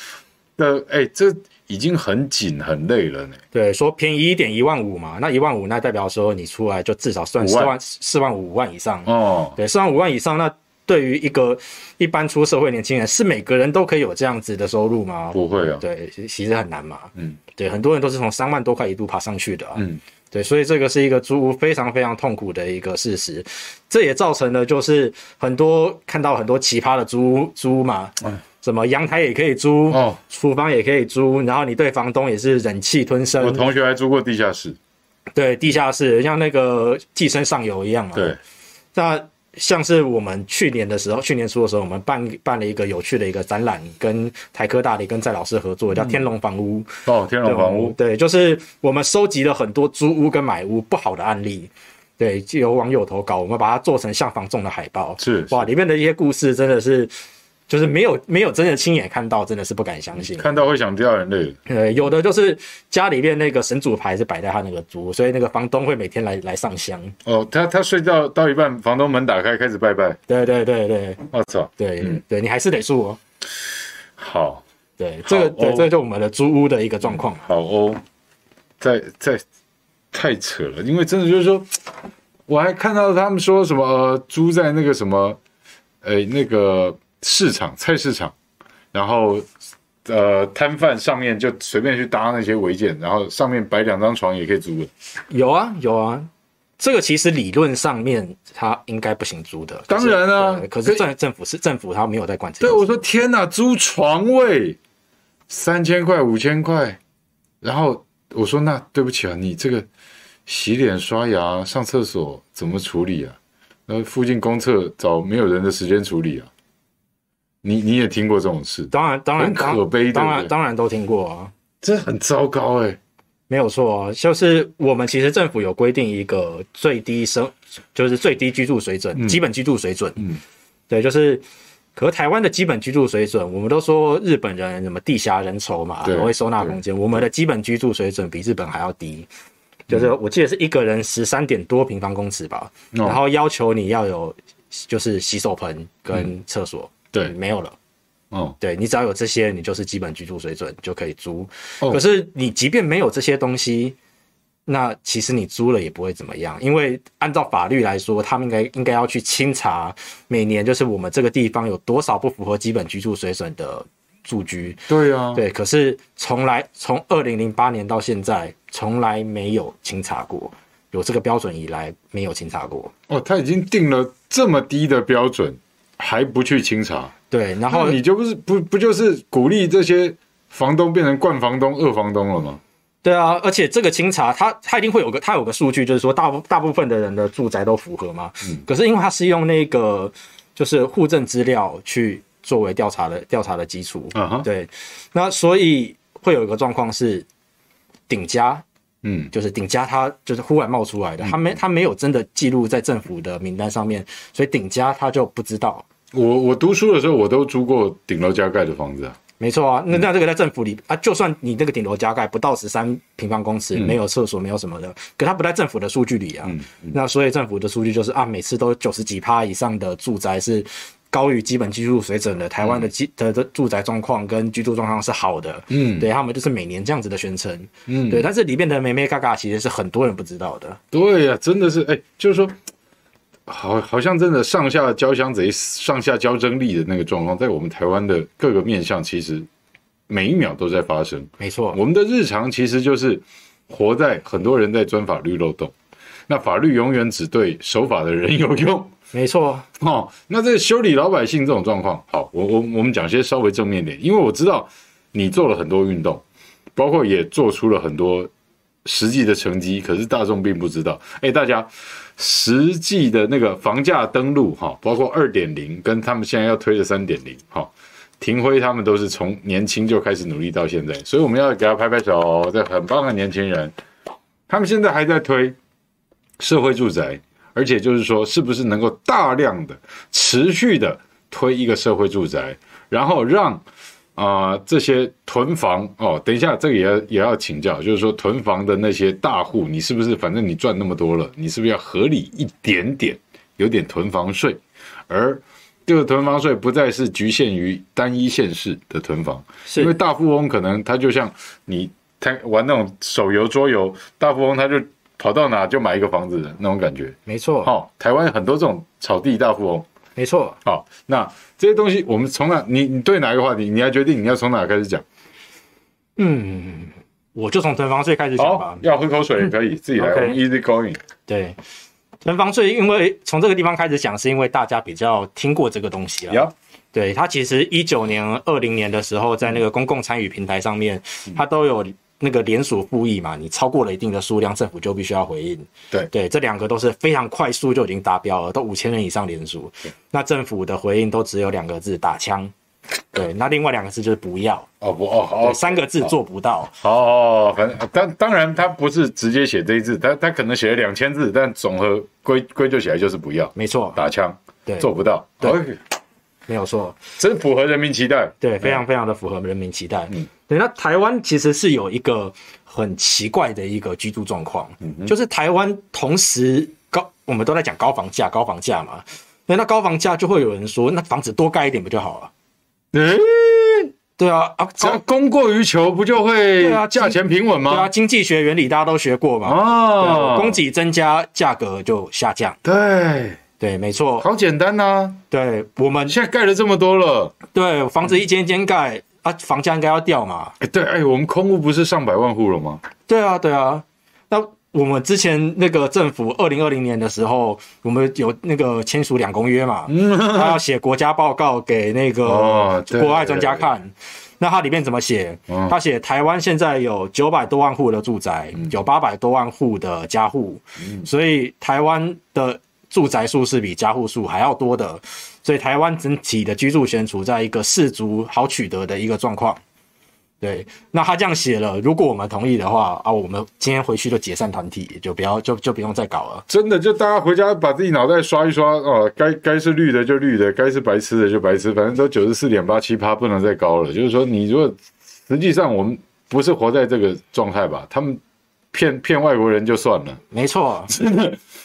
[SPEAKER 1] 的，哎、这已经很紧很累了呢、
[SPEAKER 2] 对，说便宜一点一万五嘛，那一万五那代表说你出来就至少算
[SPEAKER 1] 五
[SPEAKER 2] 四
[SPEAKER 1] 万
[SPEAKER 2] 万四万五万以上。
[SPEAKER 1] 哦，
[SPEAKER 2] 对，四万五万以上，那对于一个一般出社会年轻人，是每个人都可以有这样子的收入吗？
[SPEAKER 1] 不会啊，
[SPEAKER 2] 对，其其实很难嘛。
[SPEAKER 1] 嗯，
[SPEAKER 2] 对，很多人都是从三万多块一度爬上去的、啊。
[SPEAKER 1] 嗯，
[SPEAKER 2] 对，所以这个是一个租屋非常非常痛苦的一个事实，这也造成了就是很多看到很多奇葩的租屋租屋嘛
[SPEAKER 1] 哎，
[SPEAKER 2] 什么阳台也可以租，
[SPEAKER 1] 哦
[SPEAKER 2] 厨房也可以租，然后你对房东也是忍气吞
[SPEAKER 1] 我
[SPEAKER 2] 声，
[SPEAKER 1] 同学还租过地下室，
[SPEAKER 2] 对地下室像那个寄生上游一样嘛。
[SPEAKER 1] 对，
[SPEAKER 2] 那像是我们去年的时候，去年初的时候，我们办办了一个有趣的一个展览，跟台科大的跟在老师合作，叫天龙房屋。
[SPEAKER 1] 哦，嗯天龙房屋，
[SPEAKER 2] 对，就是我们收集了很多租屋跟买屋不好的案例。对，就有网友投稿，我们把它做成像房仲的海报。
[SPEAKER 1] 是
[SPEAKER 2] 哇，里面的一些故事真的是，就是没有没有真的亲眼看到，真的是不敢相信。
[SPEAKER 1] 看到会想掉眼泪，
[SPEAKER 2] 呃，有的就是家里面那个神主牌是摆在他那个租，所以那个房东会每天来来上香。
[SPEAKER 1] 哦，他他睡觉到一半，房东门打开开始拜拜，
[SPEAKER 2] 对对对对
[SPEAKER 1] 我操，
[SPEAKER 2] 对、对，你还是得住哦。
[SPEAKER 1] 好
[SPEAKER 2] 对，这个对，
[SPEAKER 1] 哦
[SPEAKER 2] 这个就我们的租屋的一个状况嘛。
[SPEAKER 1] 好哦，在在太扯了，因为真的就是说，我还看到他们说什么呃，租在那个什么，呃，那个市场菜市场，然后呃，摊贩上面就随便去搭那些违建，然后上面摆两张床也可以租的。
[SPEAKER 2] 有啊，有啊，这个其实理论上面它应该不行租的。可
[SPEAKER 1] 当
[SPEAKER 2] 是
[SPEAKER 1] 然啊
[SPEAKER 2] 对可是
[SPEAKER 1] 可
[SPEAKER 2] 政政府是政府，它没有在管这
[SPEAKER 1] 对，
[SPEAKER 2] 个。
[SPEAKER 1] 我说天哪，租床位三千块五千块，然后我说那对不起啊，你这个洗脸刷牙上厕所怎么处理啊？那附近公厕找没有人的时间处理啊？你你也听过这种事，
[SPEAKER 2] 当然，当然，
[SPEAKER 1] 很
[SPEAKER 2] 当
[SPEAKER 1] 可悲对不
[SPEAKER 2] 当
[SPEAKER 1] 对
[SPEAKER 2] 然，当然都听过啊，
[SPEAKER 1] 这很糟糕哎、
[SPEAKER 2] 没有错啊。就是我们其实政府有规定一个最低生，就是最低居住水准，基本居住水准。
[SPEAKER 1] 嗯，
[SPEAKER 2] 对，就是。可是台湾的基本居住水准，我们都说日本人什么地狭人稠嘛，
[SPEAKER 1] 对
[SPEAKER 2] 很会收纳空间。我们的基本居住水准比日本还要低，就是
[SPEAKER 1] 嗯
[SPEAKER 2] 我记得是一个人十三点多平方公尺吧，
[SPEAKER 1] 哦
[SPEAKER 2] 然后要求你要有就是洗手盆跟厕所，
[SPEAKER 1] 对
[SPEAKER 2] 没有了。
[SPEAKER 1] 哦，
[SPEAKER 2] 对你只要有这些，你就是基本居住水准就可以租。
[SPEAKER 1] 哦
[SPEAKER 2] 可是你即便没有这些东西，那其实你租了也不会怎么样，因为按照法律来说，他们应该应该要去清查每年就是我们这个地方有多少不符合基本居住水准的住居。
[SPEAKER 1] 对啊，
[SPEAKER 2] 对，可是从来从二零零八年到现在，从来没有清查过，有这个标准以来没有清查过。
[SPEAKER 1] 哦，他已经定了这么低的标准，还不去清查，
[SPEAKER 2] 对，然
[SPEAKER 1] 那
[SPEAKER 2] 后
[SPEAKER 1] 你就不是不不就是鼓励这些房东变成惯房东、恶房东了吗？
[SPEAKER 2] 对啊，而且这个清查，它它一定会有个它有个数据，就是说大部大部分的人的住宅都符合嘛。可是因为它是用那个就是户政资料去作为调查的调查的基础，
[SPEAKER 1] 啊哈，
[SPEAKER 2] 对，那所以会有一个状况是顶家
[SPEAKER 1] 嗯，
[SPEAKER 2] 就是顶家，它就是忽然冒出来的，它没它没有真的记录在政府的名单上面，所以顶家他就不知道。
[SPEAKER 1] 我我读书的时候，我都租过顶楼加盖的房子啊。
[SPEAKER 2] 没错啊，那那这个在政府里啊，就算你那个顶楼加盖不到十三平方公尺，没有厕所，没有什么的，可它不在政府的数据里啊。那所以政府的数据就是啊，每次都九十几趴以上的住宅是高于基本居住水准的，台湾的基的的住宅状况跟居住状况是好的。嗯，对他们就是每年这样子的宣称。嗯，对，但是里面的美美嘎嘎其实是很多人不知道的。
[SPEAKER 1] 对呀、真的是，哎，就是说，好，好像真的上下交相贼，上下交争利的那个状况，在我们台湾的各个面向，其实每一秒都在发生。
[SPEAKER 2] 没错，
[SPEAKER 1] 我们的日常其实就是活在很多人在钻法律漏洞，那法律永远只对守法的人有用。
[SPEAKER 2] 没错，
[SPEAKER 1] 哦，那这个修理老百姓这种状况，好，我我我们讲些稍微正面点，因为我知道你做了很多运动，包括也做出了很多实际的成绩，可是大众并不知道。哎，大家实际的那个房价登录哈、包括二点零跟他们现在要推的三点零哈，庭辉他们都是从年轻就开始努力到现在，所以我们要给他拍拍手，这很棒的年轻人，他们现在还在推社会住宅。而且就是说，是不是能够大量的、持续的推一个社会住宅，然后让啊、呃这些囤房哦，等一下这个也要也要请教，就是说囤房的那些大户，你是不是反正你赚那么多了，你是不是要合理一点点，有点囤房税，而这个囤房税不再是局限于单一县市的囤房，
[SPEAKER 2] 是
[SPEAKER 1] 因为大富翁可能他就像你他玩那种手游桌游，大富翁他就跑到哪就买一个房子的那种感觉。
[SPEAKER 2] 没错，
[SPEAKER 1] 好、哦台湾很多这种草地大富翁。
[SPEAKER 2] 没错。
[SPEAKER 1] 好、那这些东西我们从哪？你你对哪一个话题，你要决定你要从哪开始讲。
[SPEAKER 2] 嗯，我就从囤房税开始讲
[SPEAKER 1] 好、
[SPEAKER 2] 吧。
[SPEAKER 1] 要喝口水也可以，自己来。我
[SPEAKER 2] 嗯 OK
[SPEAKER 1] 们 easy going。
[SPEAKER 2] 对，囤房税，因为从这个地方开始讲，是因为大家比较听过这个东西啊。
[SPEAKER 1] 呀，
[SPEAKER 2] 对，它其实一九年、二零年的时候，在那个公共参与平台上面，
[SPEAKER 1] 嗯
[SPEAKER 2] 它都有那个联署复议嘛，你超过了一定的数量，政府就必须要回应。
[SPEAKER 1] 对
[SPEAKER 2] 对，这两个都是非常快速就已经达标了，都五千人以上联署，那政府的回应都只有两个字：打枪。对，那另外两个字就是不要，
[SPEAKER 1] 哦不哦好
[SPEAKER 2] 对，三个字做不到。
[SPEAKER 1] 好哦，反正当当然他不是直接写这一字，他他可能写了两千字，但总和归归咎起来就是不要
[SPEAKER 2] 没错，
[SPEAKER 1] 打枪，
[SPEAKER 2] 对，
[SPEAKER 1] 做不到。
[SPEAKER 2] 对
[SPEAKER 1] 哦，
[SPEAKER 2] 没有错。
[SPEAKER 1] 真符合人民期待。
[SPEAKER 2] 对，非常非常的符合人民期待。对，那台湾其实是有一个很奇怪的一个居住状况，就是台湾同时高，我们都在讲高房价，高房价嘛。对，那高房价就会有人说，那房子多盖一点不就好了？
[SPEAKER 1] 嗯，
[SPEAKER 2] 对啊，啊，
[SPEAKER 1] 只要
[SPEAKER 2] 高
[SPEAKER 1] 供过于求，不就会
[SPEAKER 2] 对啊
[SPEAKER 1] 价钱平稳
[SPEAKER 2] 对啊，
[SPEAKER 1] 吗？
[SPEAKER 2] 经济学原理大家都学过嘛。对
[SPEAKER 1] 哦，
[SPEAKER 2] 啊供给增加，价格就下降。
[SPEAKER 1] 对，
[SPEAKER 2] 对，没错。
[SPEAKER 1] 好简单呐、
[SPEAKER 2] 对我们
[SPEAKER 1] 现在盖了这么多了，
[SPEAKER 2] 对房子一间一间盖啊，房价应该要掉嘛。
[SPEAKER 1] 哎，对，哎，我们空屋不是上百万户了吗？
[SPEAKER 2] 对啊，对啊。那我们之前那个政府二零二零年的时候，我们有那个签署两公约嘛，他要写国家报告给那个
[SPEAKER 1] 哦对
[SPEAKER 2] 国外专家看。那它里面怎么写？
[SPEAKER 1] 嗯
[SPEAKER 2] 它写台湾现在有九百多万户的住宅，有八百多万户的家户，
[SPEAKER 1] 嗯
[SPEAKER 2] 所以台湾的住宅数是比家户数还要多的，所以台湾整体的居住权处在一个适足好取得的一个状况。对，那他这样写了，如果我们同意的话啊，我们今天回去就解散团体，就不要就就不用再搞了。
[SPEAKER 1] 真的，就大家回家把自己脑袋刷一刷哦，该该是绿的就绿的，该是白痴的就白痴，反正都九十四点八七趴，不能再高了。就是说，你如果实际上我们不是活在这个状态吧？他们骗骗外国人就算了
[SPEAKER 2] 没错，
[SPEAKER 1] 啊、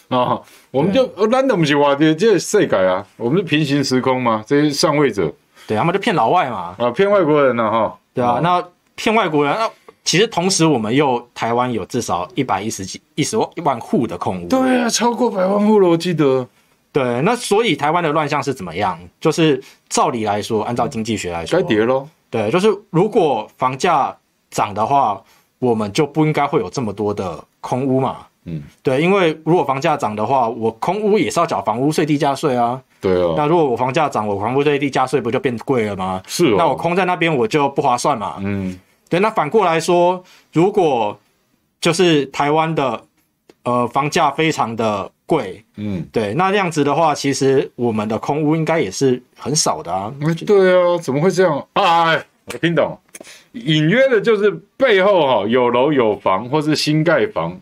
[SPEAKER 1] 哦我们就懒得不去挖这这世改啊，我们是平行时空嘛，这些上位者
[SPEAKER 2] 对，他们就骗老外嘛，
[SPEAKER 1] 啊，骗外国人了、哈。
[SPEAKER 2] 对啊，
[SPEAKER 1] 哦
[SPEAKER 2] 那骗外国人，那其实同时我们又台湾有至少一百一十几一十万户的空屋，
[SPEAKER 1] 对啊，超过百万户了，我记得。
[SPEAKER 2] 对，那所以台湾的乱象是怎么样？就是照理来说，按照经济学来说，
[SPEAKER 1] 该跌喽。
[SPEAKER 2] 对，就是如果房价涨的话，我们就不应该会有这么多的空屋嘛。
[SPEAKER 1] 嗯，
[SPEAKER 2] 对，因为如果房价涨的话，我空屋也是要缴房屋税、地价税啊。
[SPEAKER 1] 对哦，
[SPEAKER 2] 那如果我房价涨，我房屋税、地价税不就变贵了吗？
[SPEAKER 1] 是哦。
[SPEAKER 2] 那我空在那边我就不划算嘛。
[SPEAKER 1] 嗯，
[SPEAKER 2] 对，那反过来说，如果就是台湾的呃房价非常的贵，
[SPEAKER 1] 嗯，
[SPEAKER 2] 对，那这样子的话，其实我们的空屋应该也是很少的啊。
[SPEAKER 1] 哎，对啊，怎么会这样啊？哎我听懂，隐约的就是背后哈、有楼有房，或是新盖房、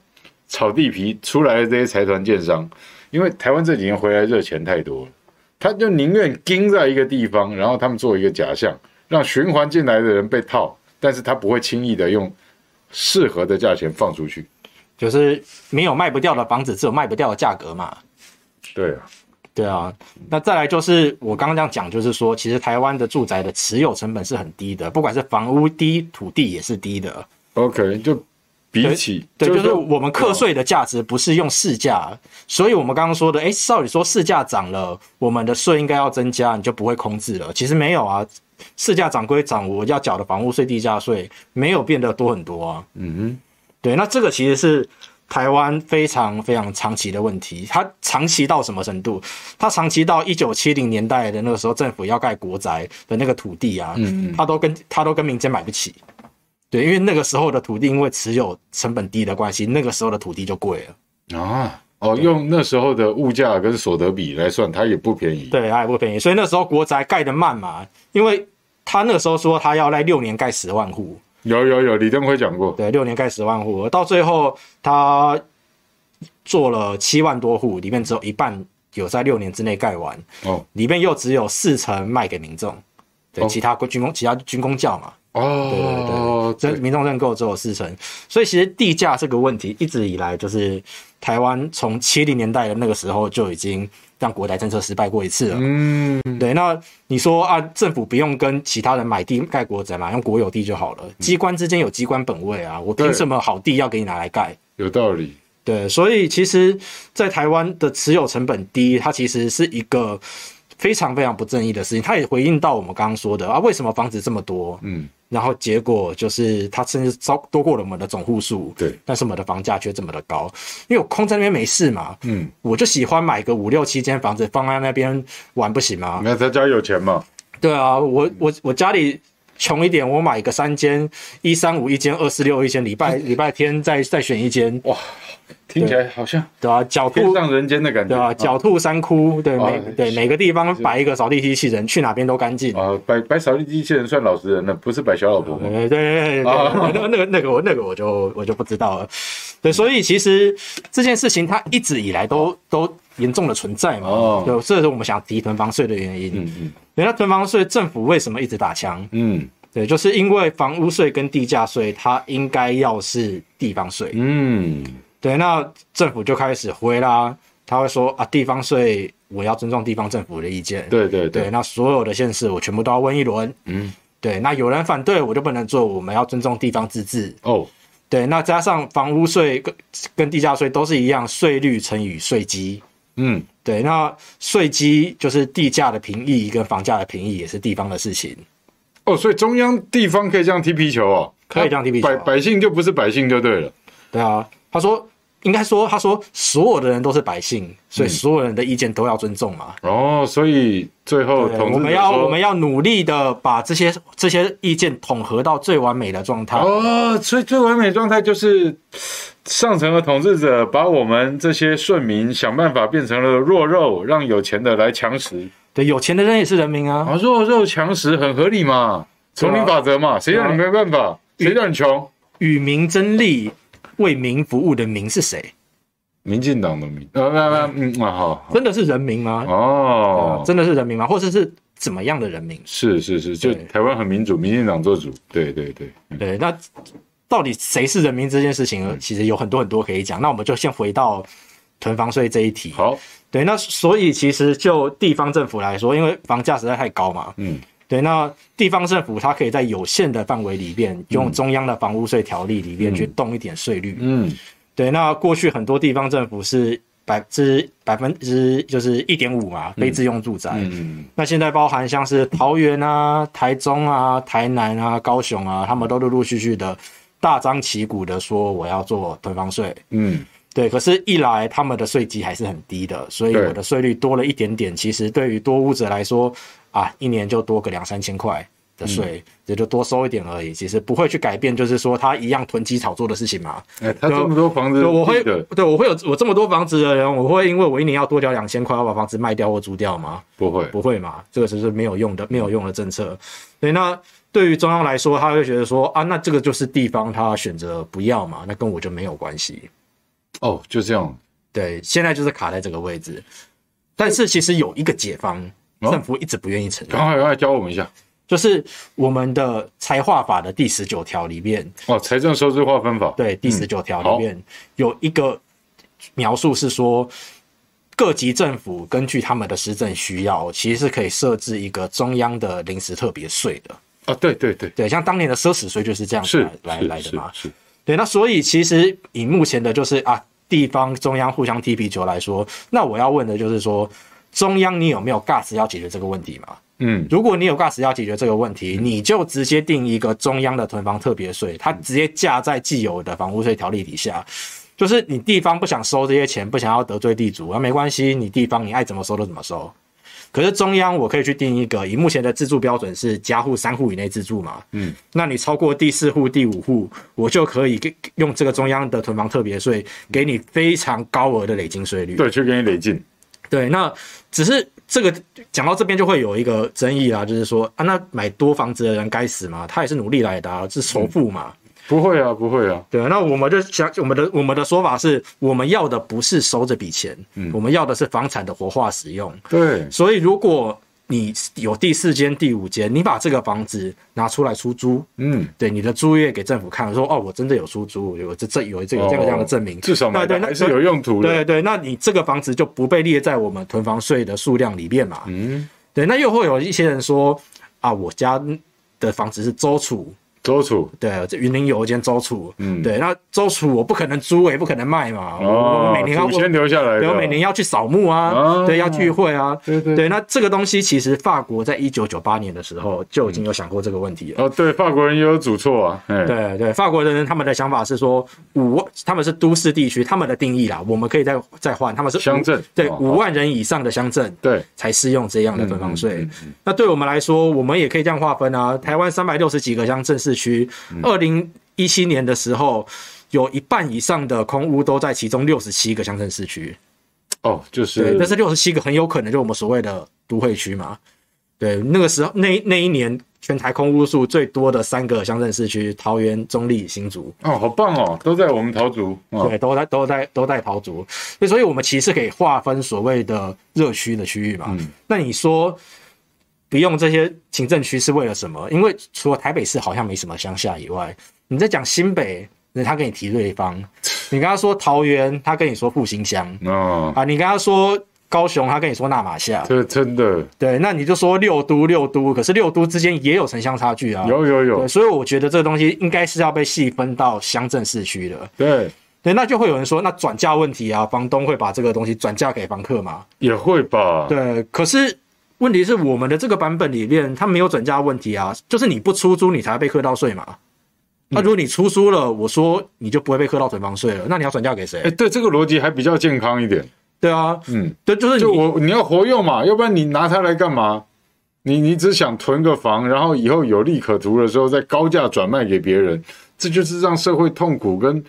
[SPEAKER 1] 炒地皮出来的这些财团建商，因为台湾这几年回来热钱太多了，他就宁愿盯在一个地方，然后他们做一个假象，让循环进来的人被套，但是他不会轻易的用适合的价钱放出去。
[SPEAKER 2] 就是没有卖不掉的房子，只有卖不掉的价格嘛。
[SPEAKER 1] 对啊，
[SPEAKER 2] 对啊，那再来就是我刚刚这样讲，就是说，其实台湾的住宅的持有成本是很低的，不管是房屋低，土地也是低的。
[SPEAKER 1] OK，就比起
[SPEAKER 2] 对，就
[SPEAKER 1] 说嗯
[SPEAKER 2] 是我们课税的价值不是用市价，所以我们刚刚说的，哎，照理说市价涨了，我们的税应该要增加，你就不会空置了。其实没有啊，市价涨归涨，我要缴的房屋税、地价税没有变得多很多啊。
[SPEAKER 1] 嗯哼。
[SPEAKER 2] 对，那这个其实是台湾非常非常长期的问题。它长期到什么程度？它长期到一九七零年代的那个时候，政府要盖国宅的那个土地啊，
[SPEAKER 1] 嗯
[SPEAKER 2] 它都跟它都跟民间买不起。对，因为那个时候的土地，因为持有成本低的关系，那个时候的土地就贵了。
[SPEAKER 1] 啊，哦，用那时候的物价跟所得比来算，它也不便宜。
[SPEAKER 2] 对，它也不便宜，所以那时候国宅盖得慢嘛，因为他那个时候说他要在六年盖十万户，
[SPEAKER 1] 有有有，李登辉讲过，
[SPEAKER 2] 对，六年盖十万户，到最后他做了七万多户，里面只有一半有在六年之内盖完，
[SPEAKER 1] 哦
[SPEAKER 2] 里面又只有四成卖给民众，对，
[SPEAKER 1] 哦
[SPEAKER 2] 其他军工其他军工教嘛，
[SPEAKER 1] 哦，
[SPEAKER 2] 真民众认购只有四成，所以其实地价这个问题一直以来就是台湾从七零年代的那个时候就已经让国宅政策失败过一次了。
[SPEAKER 1] 嗯，
[SPEAKER 2] 对，那你说啊，政府不用跟其他人买地盖国宅嘛，用国有地就好了。机关之间有机关本位啊，我凭
[SPEAKER 1] 嗯对
[SPEAKER 2] 什么好地要给你拿来盖？
[SPEAKER 1] 有道理。
[SPEAKER 2] 对，所以其实，在台湾的持有成本低，它其实是一个非常非常不正义的事情。它也回应到我们刚刚说的啊，为什么房子这么多？
[SPEAKER 1] 嗯，
[SPEAKER 2] 然后结果就是它甚至超多过了我们的总户数，
[SPEAKER 1] 对
[SPEAKER 2] 但是我们的房价却这么的高，因为我空在那边没事嘛，
[SPEAKER 1] 嗯，
[SPEAKER 2] 我就喜欢买个五六七间房子放在那边玩不行吗？
[SPEAKER 1] 那他家有钱嘛？
[SPEAKER 2] 对啊，我我我家里穷一点，我买个三间，一三五一间，二四六一间，礼拜
[SPEAKER 1] 嗯
[SPEAKER 2] 礼拜天再再选一间，
[SPEAKER 1] 哇，听起来好像
[SPEAKER 2] 对啊，狡
[SPEAKER 1] 天
[SPEAKER 2] 兔
[SPEAKER 1] 上人间的感觉。
[SPEAKER 2] 对啊，狡兔三窟，对
[SPEAKER 1] 啊
[SPEAKER 2] 每对
[SPEAKER 1] 是
[SPEAKER 2] 每个地方摆一个扫地机器人，去哪边都干净。
[SPEAKER 1] 啊，摆摆扫地机器人算老实人了，不是摆小老婆吗？
[SPEAKER 2] 对对对对对，
[SPEAKER 1] 啊
[SPEAKER 2] 那个那个那个我那个我就我就不知道了。对，所以其实这件事情它一直以来都都严重的存在嘛
[SPEAKER 1] 哦。
[SPEAKER 2] 对，这是我们想提囤房税的原因。
[SPEAKER 1] 嗯嗯
[SPEAKER 2] 人家囤房税政府为什么一直打枪？
[SPEAKER 1] 嗯
[SPEAKER 2] 对，就是因为房屋税跟地价税，它应该要是地方税。
[SPEAKER 1] 嗯，
[SPEAKER 2] 对，那政府就开始挥啦，他会说啊，地方税我要尊重地方政府的意见。
[SPEAKER 1] 对对
[SPEAKER 2] 对，，那所有的县市我全部都要问一轮。
[SPEAKER 1] 嗯，
[SPEAKER 2] 对，那有人反对我就不能做，我们要尊重地方自治。
[SPEAKER 1] 哦，
[SPEAKER 2] 对，那加上房屋税跟跟地价税都是一样，税率乘以税基。
[SPEAKER 1] 嗯
[SPEAKER 2] 对，那税基就是地价的评议跟房价的评议，也是地方的事情。
[SPEAKER 1] 哦，所以中央地方可以这样踢皮球哦，
[SPEAKER 2] 可以这样踢皮球啊
[SPEAKER 1] 百百姓就不是百姓就对了。
[SPEAKER 2] 对啊，他说应该说，他说所有的人都是百姓，所
[SPEAKER 1] 嗯
[SPEAKER 2] 以所有人的意见都要尊重嘛。
[SPEAKER 1] 哦，所以最后
[SPEAKER 2] 对
[SPEAKER 1] 哦同志
[SPEAKER 2] 我们
[SPEAKER 1] 们
[SPEAKER 2] 要
[SPEAKER 1] 说
[SPEAKER 2] 我们要努力的把这些这些意见统合到最完美的状态。
[SPEAKER 1] 哦，所以最完美状态就是上层的统治者把我们这些顺民想办法变成了弱肉，让有钱的来强食。
[SPEAKER 2] 对，有钱的人也是人民啊。
[SPEAKER 1] 啊，弱肉强食很合理嘛，丛林法则嘛，谁让你没办法，谁让你穷？
[SPEAKER 2] 与民争利、为民服务的民是谁？
[SPEAKER 1] 民进党的民，呃，那那嗯啊好，
[SPEAKER 2] 真的是人民吗？
[SPEAKER 1] 哦，嗯
[SPEAKER 2] 真的是人民吗？或者是怎么样的人民？
[SPEAKER 1] 是是是，就
[SPEAKER 2] 对
[SPEAKER 1] 台湾很民主，民进党做主，对对对，嗯
[SPEAKER 2] 对，那到底谁是人民这件事情，其实有很多很多可以讲。那我们就先回到囤房税这一题。
[SPEAKER 1] 好，
[SPEAKER 2] 对，那所以其实就地方政府来说，因为房价实在太高嘛，
[SPEAKER 1] 嗯
[SPEAKER 2] 对，那地方政府它可以在有限的范围里边，用中央的房屋税条例里边去动一点税率。
[SPEAKER 1] 嗯
[SPEAKER 2] 对，那过去很多地方政府是百之百分之就是一点五嘛，非自用住宅。
[SPEAKER 1] 嗯，
[SPEAKER 2] 那现在包含像是桃园啊、台中啊、台南啊、高雄啊，他们都陆陆续续的大张旗鼓的说我要做囤房税。
[SPEAKER 1] 嗯
[SPEAKER 2] 对，可是，一来他们的税基还是很低的，所以
[SPEAKER 1] 对
[SPEAKER 2] 我的税率多了一点点。其实对于多屋者来说，啊，一年就多个两三千块的税，
[SPEAKER 1] 嗯
[SPEAKER 2] 也、就多收一点而已。其实不会去改变，就是说他一样囤积炒作的事情嘛。
[SPEAKER 1] 哎，他这么多房子，
[SPEAKER 2] 对，我会
[SPEAKER 1] 的
[SPEAKER 2] 对我会有我这么多房子的人，我会因为我一年要多交两千块，要把房子卖掉或租掉吗？
[SPEAKER 1] 不会，
[SPEAKER 2] 不会嘛，这个就是没有用的，没有用的政策。对，那对于中央来说，他会觉得说啊，那这个就是地方他选择不要嘛，那跟我就没有关系。
[SPEAKER 1] 哦，就这样，
[SPEAKER 2] 对，现在就是卡在这个位置。但是其实有一个解方，
[SPEAKER 1] 哦
[SPEAKER 2] 政府一直不愿意承认，
[SPEAKER 1] 赶快赶快教我们一下
[SPEAKER 2] 就是我们的财划法的第十九条里面，
[SPEAKER 1] 哦，财政收支划分法，嗯
[SPEAKER 2] 对第十九条里面有一个描述是说，各级政府根据他们的施政需要，其实是可以设置一个中央的临时特别税的。
[SPEAKER 1] 啊，对对对，
[SPEAKER 2] 对，像当年的奢侈税就是这样
[SPEAKER 1] 是
[SPEAKER 2] 来来
[SPEAKER 1] 是
[SPEAKER 2] 来的
[SPEAKER 1] 是
[SPEAKER 2] 嘛。
[SPEAKER 1] 是，
[SPEAKER 2] 对，那所以其实以目前的就是啊，地方中央互相踢皮球来说，那我要问的就是说，中央你有没有 gas 要解决这个问题嘛？
[SPEAKER 1] 嗯
[SPEAKER 2] 如果你有 gas 要解决这个问题，你就直接定一个中央的囤房特别税，它直接架在既有的房屋税条例底下。就是你地方不想收这些钱，不想要得罪地主，啊那没关系，你地方你爱怎么收就怎么收。可是中央我可以去定一个，以目前的自住标准是家户三户以内自住嘛，嗯，那你超过第四户、第五户，我就可以给用这个中央的囤房特别税给你非常高额的累进税率。
[SPEAKER 1] 对，去给你累进。
[SPEAKER 2] 对，那只是这个讲到这边就会有一个争议啦，就是说啊，那买多房子的人该死吗？他也是努力来的、啊，是仇富嘛。
[SPEAKER 1] 不会啊，不会啊，
[SPEAKER 2] 对，那我们就想，我们的我们的说法是，我们要的不是收这笔钱，
[SPEAKER 1] 嗯
[SPEAKER 2] 我们要的是房产的活化使用。
[SPEAKER 1] 对，
[SPEAKER 2] 所以，如果你有第四间、第五间，你把这个房子拿出来出租，
[SPEAKER 1] 嗯，
[SPEAKER 2] 对你的租约给政府看，说哦，我真的有出租，有这这有这个这样这样的证明，
[SPEAKER 1] 哦至少买
[SPEAKER 2] 那对
[SPEAKER 1] 的
[SPEAKER 2] 那
[SPEAKER 1] 还是有用途的。
[SPEAKER 2] 对对，那你这个房子就不被列在我们囤房税的数量里面嘛。
[SPEAKER 1] 嗯，
[SPEAKER 2] 对，那又会有一些人说啊，我家的房子是周楚，
[SPEAKER 1] 周楚，
[SPEAKER 2] 对，这云林有一间周楚，
[SPEAKER 1] 嗯
[SPEAKER 2] 对，那周楚我不可能租，我也不可能卖嘛，
[SPEAKER 1] 哦
[SPEAKER 2] 我我每年要
[SPEAKER 1] 祖先留下来
[SPEAKER 2] 对，
[SPEAKER 1] 的，
[SPEAKER 2] 我每年要去扫墓啊，
[SPEAKER 1] 哦
[SPEAKER 2] 对，要聚会啊，
[SPEAKER 1] 对对
[SPEAKER 2] 对。那这个东西其实法国在一九九八年的时候就
[SPEAKER 1] 嗯
[SPEAKER 2] 已经有想过这个问题了。
[SPEAKER 1] 哦，对，法国人也有祖错啊，哎，
[SPEAKER 2] 对对，法国人他们的想法是说五万，他们是都市地区，他们的定义啦，我们可以再再换，他们是五
[SPEAKER 1] 乡镇
[SPEAKER 2] 对
[SPEAKER 1] 哦
[SPEAKER 2] 五万人以上的乡镇
[SPEAKER 1] 对，
[SPEAKER 2] 才适用这样的囤房税。
[SPEAKER 1] 嗯嗯
[SPEAKER 2] 那对我们来说，我们也可以这样划分啊。台湾三百六十几个乡镇市区，
[SPEAKER 1] 嗯
[SPEAKER 2] 二零一七年的时候，有一半以上的空屋都在其中六十七个乡镇市区。
[SPEAKER 1] 哦，就
[SPEAKER 2] 对，但
[SPEAKER 1] 是
[SPEAKER 2] 是六十七个很有可能就是我们所谓的都会区嘛。对，那个时候那那一年全台空屋数最多的三个乡镇市区，桃园、中立、新竹，
[SPEAKER 1] 哦，好棒哦，都在我们桃竹啊，哦
[SPEAKER 2] 对，都在都在都在桃竹，所以所以我们其实可以划分所谓的热区的区域嘛。那你说不用这些行政区是为了什么？因为除了台北市好像没什么乡下以外，你在讲新北，那他跟你提瑞芳，你跟他说桃园，他跟你说复兴乡
[SPEAKER 1] 哦，
[SPEAKER 2] 啊，你跟他说高雄，他跟你说纳马夏，
[SPEAKER 1] 这真的
[SPEAKER 2] 对，那你就说六都六都，可是六都之间也有城乡差距啊。
[SPEAKER 1] 有有有
[SPEAKER 2] 对，，所以我觉得这个东西应该是要被细分到乡镇市区的。
[SPEAKER 1] 对，
[SPEAKER 2] 对，那就会有人说，那转嫁问题啊，房东会把这个东西转嫁给房客嘛？
[SPEAKER 1] 也会吧，
[SPEAKER 2] 对，可是问题是我们的这个版本里面，它没有转嫁问题啊，就是你不出租，你才会被课到税嘛。
[SPEAKER 1] 嗯
[SPEAKER 2] 那、如果你出租了，我说你就不会被课到囤房税了，那你要转嫁给谁？
[SPEAKER 1] 哎，对，这个逻辑还比较健康一点，
[SPEAKER 2] 对啊，
[SPEAKER 1] 嗯，
[SPEAKER 2] 对，就是你
[SPEAKER 1] 就我你要活用嘛，要不然你拿它来干嘛？你你只想囤个房，然后以后有利可图的时候再高价转卖给别人，这就是让社会痛苦跟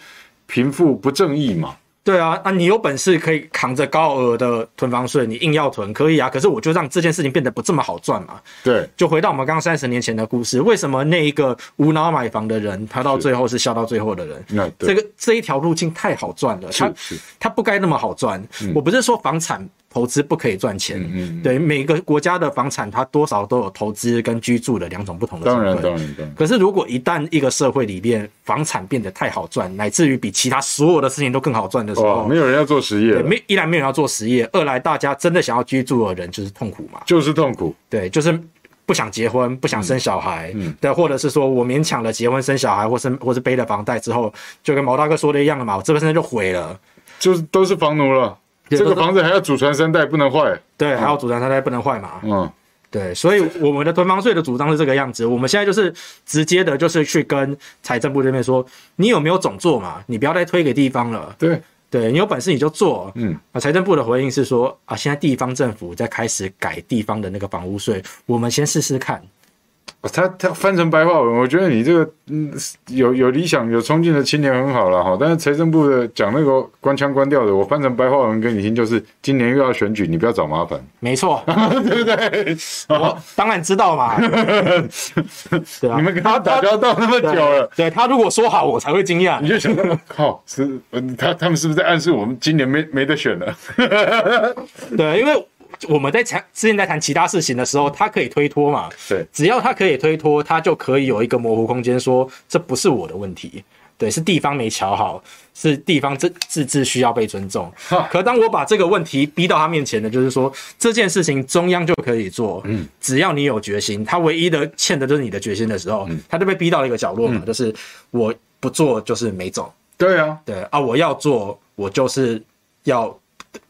[SPEAKER 1] 贫富不正义嘛。
[SPEAKER 2] 对啊，啊，你有本事可以扛着高额的囤房税，你硬要囤可以啊，可是我就让这件事情变得不这么好赚嘛。
[SPEAKER 1] 对，
[SPEAKER 2] 就回到我们刚刚三十年前的故事，为什么那一个无脑买房的人，他到最后是笑到最后的人？
[SPEAKER 1] 那
[SPEAKER 2] 这
[SPEAKER 1] 对，
[SPEAKER 2] 个这一条路径太好赚了，它
[SPEAKER 1] 是是
[SPEAKER 2] 它不该那么好赚。我不是说房产投资不可以赚钱，
[SPEAKER 1] 嗯嗯
[SPEAKER 2] 对每个国家的房产，它多少都有投资跟居住的两种不同的成
[SPEAKER 1] 当然
[SPEAKER 2] 分。
[SPEAKER 1] 当然当然，
[SPEAKER 2] 可是，如果一旦一个社会里面房产变得太好赚，乃至于比其他所有的事情都更好赚的时
[SPEAKER 1] 哇，
[SPEAKER 2] 候
[SPEAKER 1] 没，有人要做实业
[SPEAKER 2] 对，
[SPEAKER 1] 了，
[SPEAKER 2] 没一来没有人要做实业，二来大家真的想要居住的人就是痛苦嘛，
[SPEAKER 1] 就是痛苦。
[SPEAKER 2] 对，就是不想结婚，不想生小孩，对，或者是说我勉强的结婚生小孩，或是或是背了房贷之后，就跟毛大哥说的一样了嘛，我这本身就毁了，
[SPEAKER 1] 就是都是房奴了。
[SPEAKER 2] 对
[SPEAKER 1] 这个
[SPEAKER 2] 都是
[SPEAKER 1] 房子还要祖传三代，不能坏。
[SPEAKER 2] 对，还有主张他才不能坏嘛，
[SPEAKER 1] 嗯，
[SPEAKER 2] 对，所以我们的囤房税的主张是这个样子，我们现在就是直接的，就是去跟财政部这边说，你有没有总做嘛，你不要再推给地方了。
[SPEAKER 1] 对，
[SPEAKER 2] 对你有本事你就做，
[SPEAKER 1] 嗯，
[SPEAKER 2] 啊，财政部的回应是说啊，现在地方政府在开始改地方的那个房屋税，我们先试试看，
[SPEAKER 1] 哦他他翻成白话文，我觉得你这个嗯有有理想、有冲劲的青年很好了哈。但是财政部的讲那个官腔官调的，我翻成白话文给你听，就是今年又要选举，你不要找麻烦，哦
[SPEAKER 2] 没错，
[SPEAKER 1] 对不 对？
[SPEAKER 2] 我当然知道 嘛，对啊
[SPEAKER 1] 你，们跟他打交道那么久 了。
[SPEAKER 2] 对他如果说好，我才会惊讶
[SPEAKER 1] 你，就想到，靠，是嗯他他们是不是在暗示我们今年没没得选了？
[SPEAKER 2] 对，因为我们在谈之前在谈其他事情的时候，他可以推脱嘛，
[SPEAKER 1] 对，
[SPEAKER 2] 只要他可以推脱，他就可以有一个模糊空间说，这不是我的问题，对，是地方没瞧好，是地方自自治需要被尊重
[SPEAKER 1] 哈。
[SPEAKER 2] 可当我把这个问题逼到他面前的，就是说这件事情中央就可以做，嗯，只要你有决心，他唯一的欠的就是你的决心的时候，他就被逼到了一个角落嘛，就是我不做就是没走，
[SPEAKER 1] 对啊，
[SPEAKER 2] 对啊，我要做，我就是要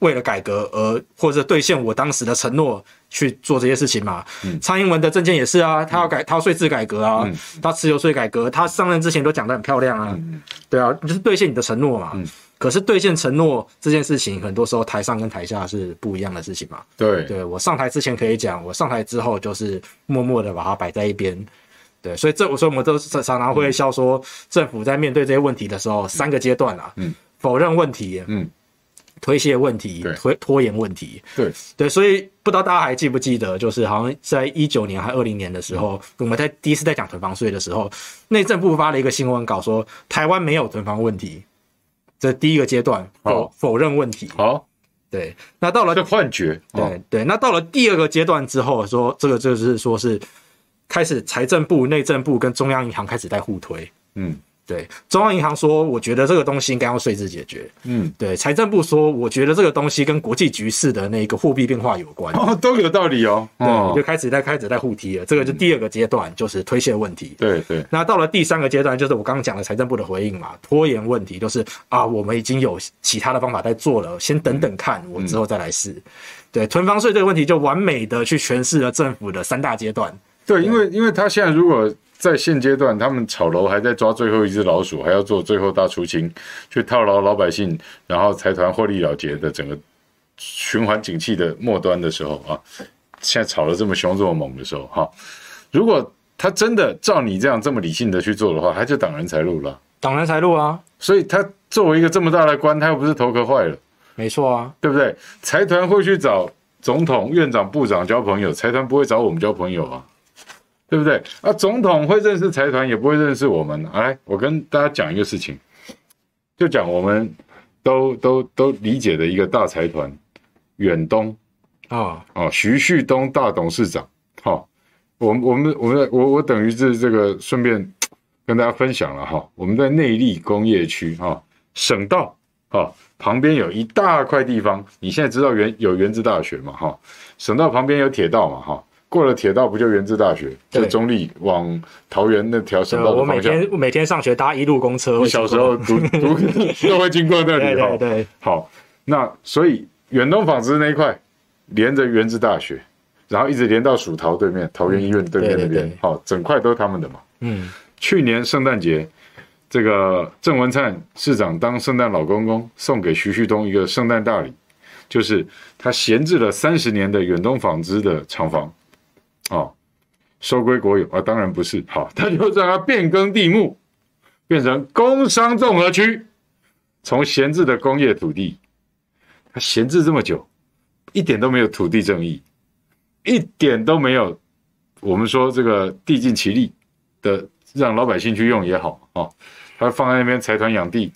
[SPEAKER 2] 为了改革而或者兑现我当时的承诺去做这些事情嘛。蔡英文的政见也是啊，他要改，他要税制改革啊，他持有税改革，他上任之前都讲得很漂亮啊，对啊，就是兑现你的承诺嘛。可是兑现承诺这件事情，很多时候台上跟台下是不一样的事情嘛。
[SPEAKER 1] 对
[SPEAKER 2] 对我上台之前可以讲，我上台之后就是默默的把它摆在一边。对，所以这我说我们都常常
[SPEAKER 1] 嗯
[SPEAKER 2] 会笑说，政府在面对这些问题的时候，三个阶段啊，
[SPEAKER 1] 嗯，
[SPEAKER 2] 否认问题，
[SPEAKER 1] 嗯，
[SPEAKER 2] 推卸问题
[SPEAKER 1] 对，
[SPEAKER 2] 推拖延问题，
[SPEAKER 1] 对，
[SPEAKER 2] 对，所以不知道大家还记不记得，就是好像在一九年还二零年的时
[SPEAKER 1] 嗯
[SPEAKER 2] 候，我们在第一次在讲囤房税的时候，内政部发了一个新闻稿说，台湾没有囤房问题，这第一个阶段否
[SPEAKER 1] 好
[SPEAKER 2] 否认问题，
[SPEAKER 1] 好，
[SPEAKER 2] 对，那到了
[SPEAKER 1] 这幻觉，哦
[SPEAKER 2] 对对，那到了第二个阶段之后，说这个就是说是开始财政部、内政部跟中央银行开始在互推。
[SPEAKER 1] 嗯
[SPEAKER 2] 对，中央银行说，我觉得这个东西应该用税制解决。
[SPEAKER 1] 嗯，
[SPEAKER 2] 对，财政部说，我觉得这个东西跟国际局势的那个货币变化有关。
[SPEAKER 1] 哦，都有道理哦，
[SPEAKER 2] 对，
[SPEAKER 1] 哦
[SPEAKER 2] 就，开始在开始在互踢了。这个就第二个阶段，就是推卸问题。
[SPEAKER 1] 对对，
[SPEAKER 2] 那到了第三个阶段，就是我刚刚讲的财政部的回应嘛，拖延问题，就是啊，我们已经有其他的方法在做了，先等等看，我之后再来试。对，囤房税这个问题就完美的去诠释了政府的三大阶段。
[SPEAKER 1] 对，因为因为他现在如果在现阶段，他们炒楼还在抓最后一只老鼠，还要做最后大出清，去套牢老百姓，然后财团获利了结的整个循环景气的末端的时候啊，现在炒得这么凶这么猛的时候哈、如果他真的照你这样这么理性的去做的话，他就挡人财路了。
[SPEAKER 2] 挡人财路啊，
[SPEAKER 1] 所以他作为一个这么大的官，他又不是头壳坏了。
[SPEAKER 2] 没错啊，
[SPEAKER 1] 对不对？财团会去找总统、院长、部长交朋友，财团不会找我们交朋友啊，对不对？啊，总统会认识财团，也不会认识我们。啊来，我跟大家讲一个事情，就讲我们都都都理解的一个大财团，远东
[SPEAKER 2] 哦，
[SPEAKER 1] 哦，徐旭东大董事长，好、我们我们我们在我我等于是这个顺便嘖跟大家分享了哈、我们在内坜工业区哈、省道哈、旁边有一大块地方，你现在知道原有原治大学嘛哈、省道旁边有铁道嘛哈、过了铁道不就原治大学？
[SPEAKER 2] 对
[SPEAKER 1] 就中立往桃园那条省
[SPEAKER 2] 对，啊
[SPEAKER 1] 道的
[SPEAKER 2] 我每
[SPEAKER 1] 方向。
[SPEAKER 2] 天我每天上学搭一路公车，
[SPEAKER 1] 我小时候 读读都会经过那
[SPEAKER 2] 对
[SPEAKER 1] 里哈。
[SPEAKER 2] 对对，
[SPEAKER 1] 好，那所以远东纺织那一块连着原治大学，然后一直连到蜀桃对面桃园医院对面那
[SPEAKER 2] 嗯对对
[SPEAKER 1] 边
[SPEAKER 2] 对，
[SPEAKER 1] 好、整块都是他们的嘛。
[SPEAKER 2] 嗯，
[SPEAKER 1] 去年圣诞节，这个郑文灿市长当圣诞老公公，送给徐旭东一个圣诞大礼，就是他闲置了三十年的远东纺织的厂房，哦，收归国有啊，当然不是，好，他就让它变更地目，变成工商综合区，从闲置的工业土地，他闲置这么久，一点都没有土地正义，一点都没有，我们说这个地尽其力。的让老百姓去用也好啊、哦，他放在那边财团养地，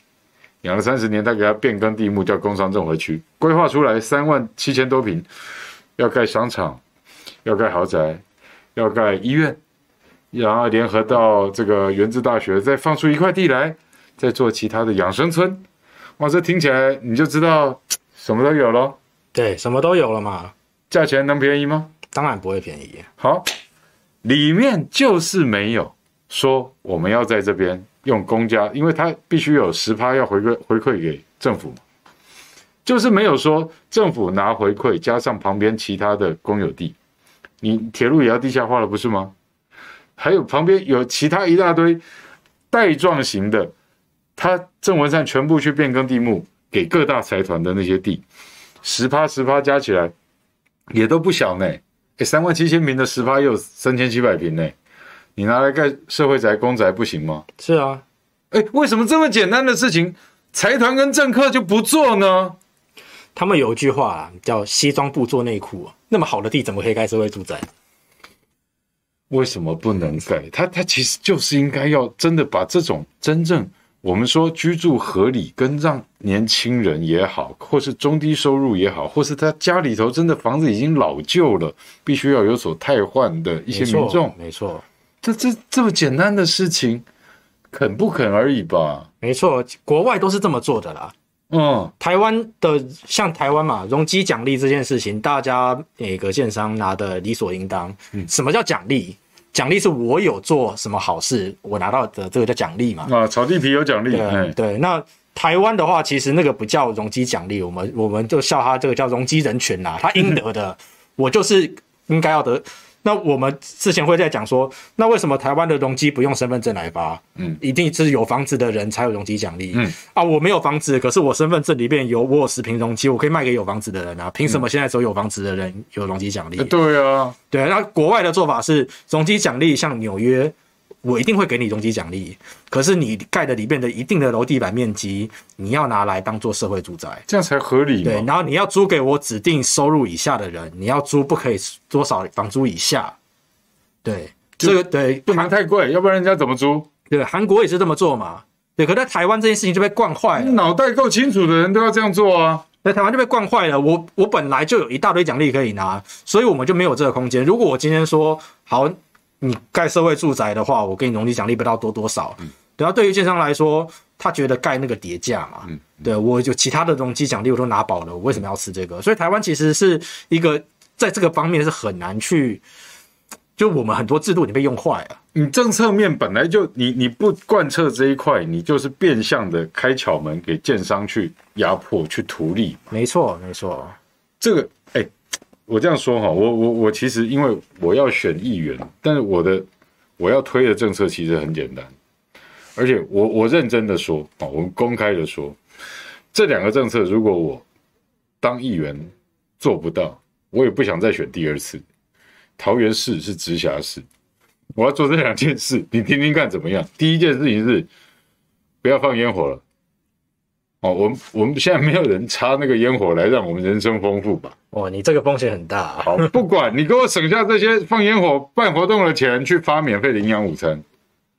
[SPEAKER 1] 养了三十年，他给他变更地目叫工商综合区，规划出来三万七千多平，要盖商场，要盖豪宅，要盖医院，然后联合到这个原治大学，再放出一块地来，再做其他的养生村。哇，这听起来你就知道什么都有咯，
[SPEAKER 2] 对，什么都有了嘛，
[SPEAKER 1] 价钱能便宜吗？
[SPEAKER 2] 当然不会便宜。
[SPEAKER 1] 好，里面就是没有说我们要在这边用公家，因为它必须有十趴要回馈回馈给政府嘛，就是没有说政府拿回馈加上旁边其他的公有地，你铁路也要地下化了不是吗？还有旁边有其他一大堆带状型的，他郑文灿全部去变更地目给各大财团的那些地，十趴十趴加起来也都不小呢。诶三万七千平的十趴也有三千七百平呢，你拿来盖社会宅、公宅不行吗？
[SPEAKER 2] 是啊，
[SPEAKER 1] 哎，为什么这么简单的事情，财团跟政客就不做呢？
[SPEAKER 2] 他们有一句话啊，叫“西装不做内裤”，那么好的地怎么可以盖社会住宅？
[SPEAKER 1] 为什么不能盖？他他其实就是应该要真的把这种真正我们说居住合理，跟让年轻人也好，或是中低收入也好，或是他家里头真的房子已经老旧了，必须要有所汰换的一些
[SPEAKER 2] 没错
[SPEAKER 1] 民众，
[SPEAKER 2] 没错，
[SPEAKER 1] 这这这么简单的事情，肯不肯而已吧？
[SPEAKER 2] 没错，国外都是这么做的啦。
[SPEAKER 1] 嗯。
[SPEAKER 2] 台湾的像台湾嘛，容积奖励这件事情，大家每个建商拿的理所应当。什么叫奖励？奖励是我有做什么好事，我拿到的这个叫奖励嘛。
[SPEAKER 1] 啊，炒地皮有奖励，哎
[SPEAKER 2] 对，对，那台湾的话，其实那个不 啊叫容积奖励，我们我们就笑他这个叫容积人权啦、他应得的。我就是应该要得。那我们之前会在讲说，那为什么台湾的容积不用身份证来发？
[SPEAKER 1] 嗯，
[SPEAKER 2] 一定是有房子的人才有容积奖励。
[SPEAKER 1] 嗯，
[SPEAKER 2] 啊，我没有房子，可是我身份证里面有我有十平容积，我可以卖给有房子的人啊。凭什么现在只有有房子的人有容积奖励？
[SPEAKER 1] 呃嗯对啊，
[SPEAKER 2] 对，那国外的做法是容积奖励，像纽约，我一定会给你容积奖励，可是你盖的里面的一定的楼地板面积，你要拿来当做社会住宅。
[SPEAKER 1] 这样才合理
[SPEAKER 2] 对，
[SPEAKER 1] 嘛。
[SPEAKER 2] 然后你要租给我指定收入以下的人，你要租不可以多少房租以下。对，
[SPEAKER 1] 就
[SPEAKER 2] 这个对
[SPEAKER 1] 不能太贵，要不然人家怎么租？
[SPEAKER 2] 对，韩国也是这么做嘛。对，可在台湾这件事情就被惯坏了，
[SPEAKER 1] 脑袋够清楚的人都要这样做啊。
[SPEAKER 2] 在台湾就被惯坏了。我我本来就有一大堆奖励可以拿，所以我们就没有这个空间。如果我今天说好，你盖社会住宅的话，我给你容积奖励不到多多少。
[SPEAKER 1] 嗯
[SPEAKER 2] 然后对于建商来说，他觉得盖那个叠价嘛，
[SPEAKER 1] 嗯
[SPEAKER 2] 对我有其他的容积奖励我都拿饱了，我为什么要吃这个？所以台湾其实是一个在这个方面是很难去，就我们很多制度已经被用坏了。
[SPEAKER 1] 你政策面本来就你你不贯彻这一块，你就是变相的开巧门给建商去压迫、去图利。
[SPEAKER 2] 没错，没错，
[SPEAKER 1] 这个，哎、我这样说哈，我我我其实因为我要选议员，但是我的我要推的政策其实很简单，而且我我认真的说啊，我们公开的说，这两个政策如果我当议员做不到，我也不想再选第二次。桃园市是直辖市，我要做这两件事，你听听看怎么样？第一件事情是不要放烟火了。哦，我们我们现在没有人插那个烟火来让我们人生丰富吧？
[SPEAKER 2] 哦，你这个风险很大、啊
[SPEAKER 1] 好，不管你给我省下这些放烟火办活动的钱，去发免费的营养午餐。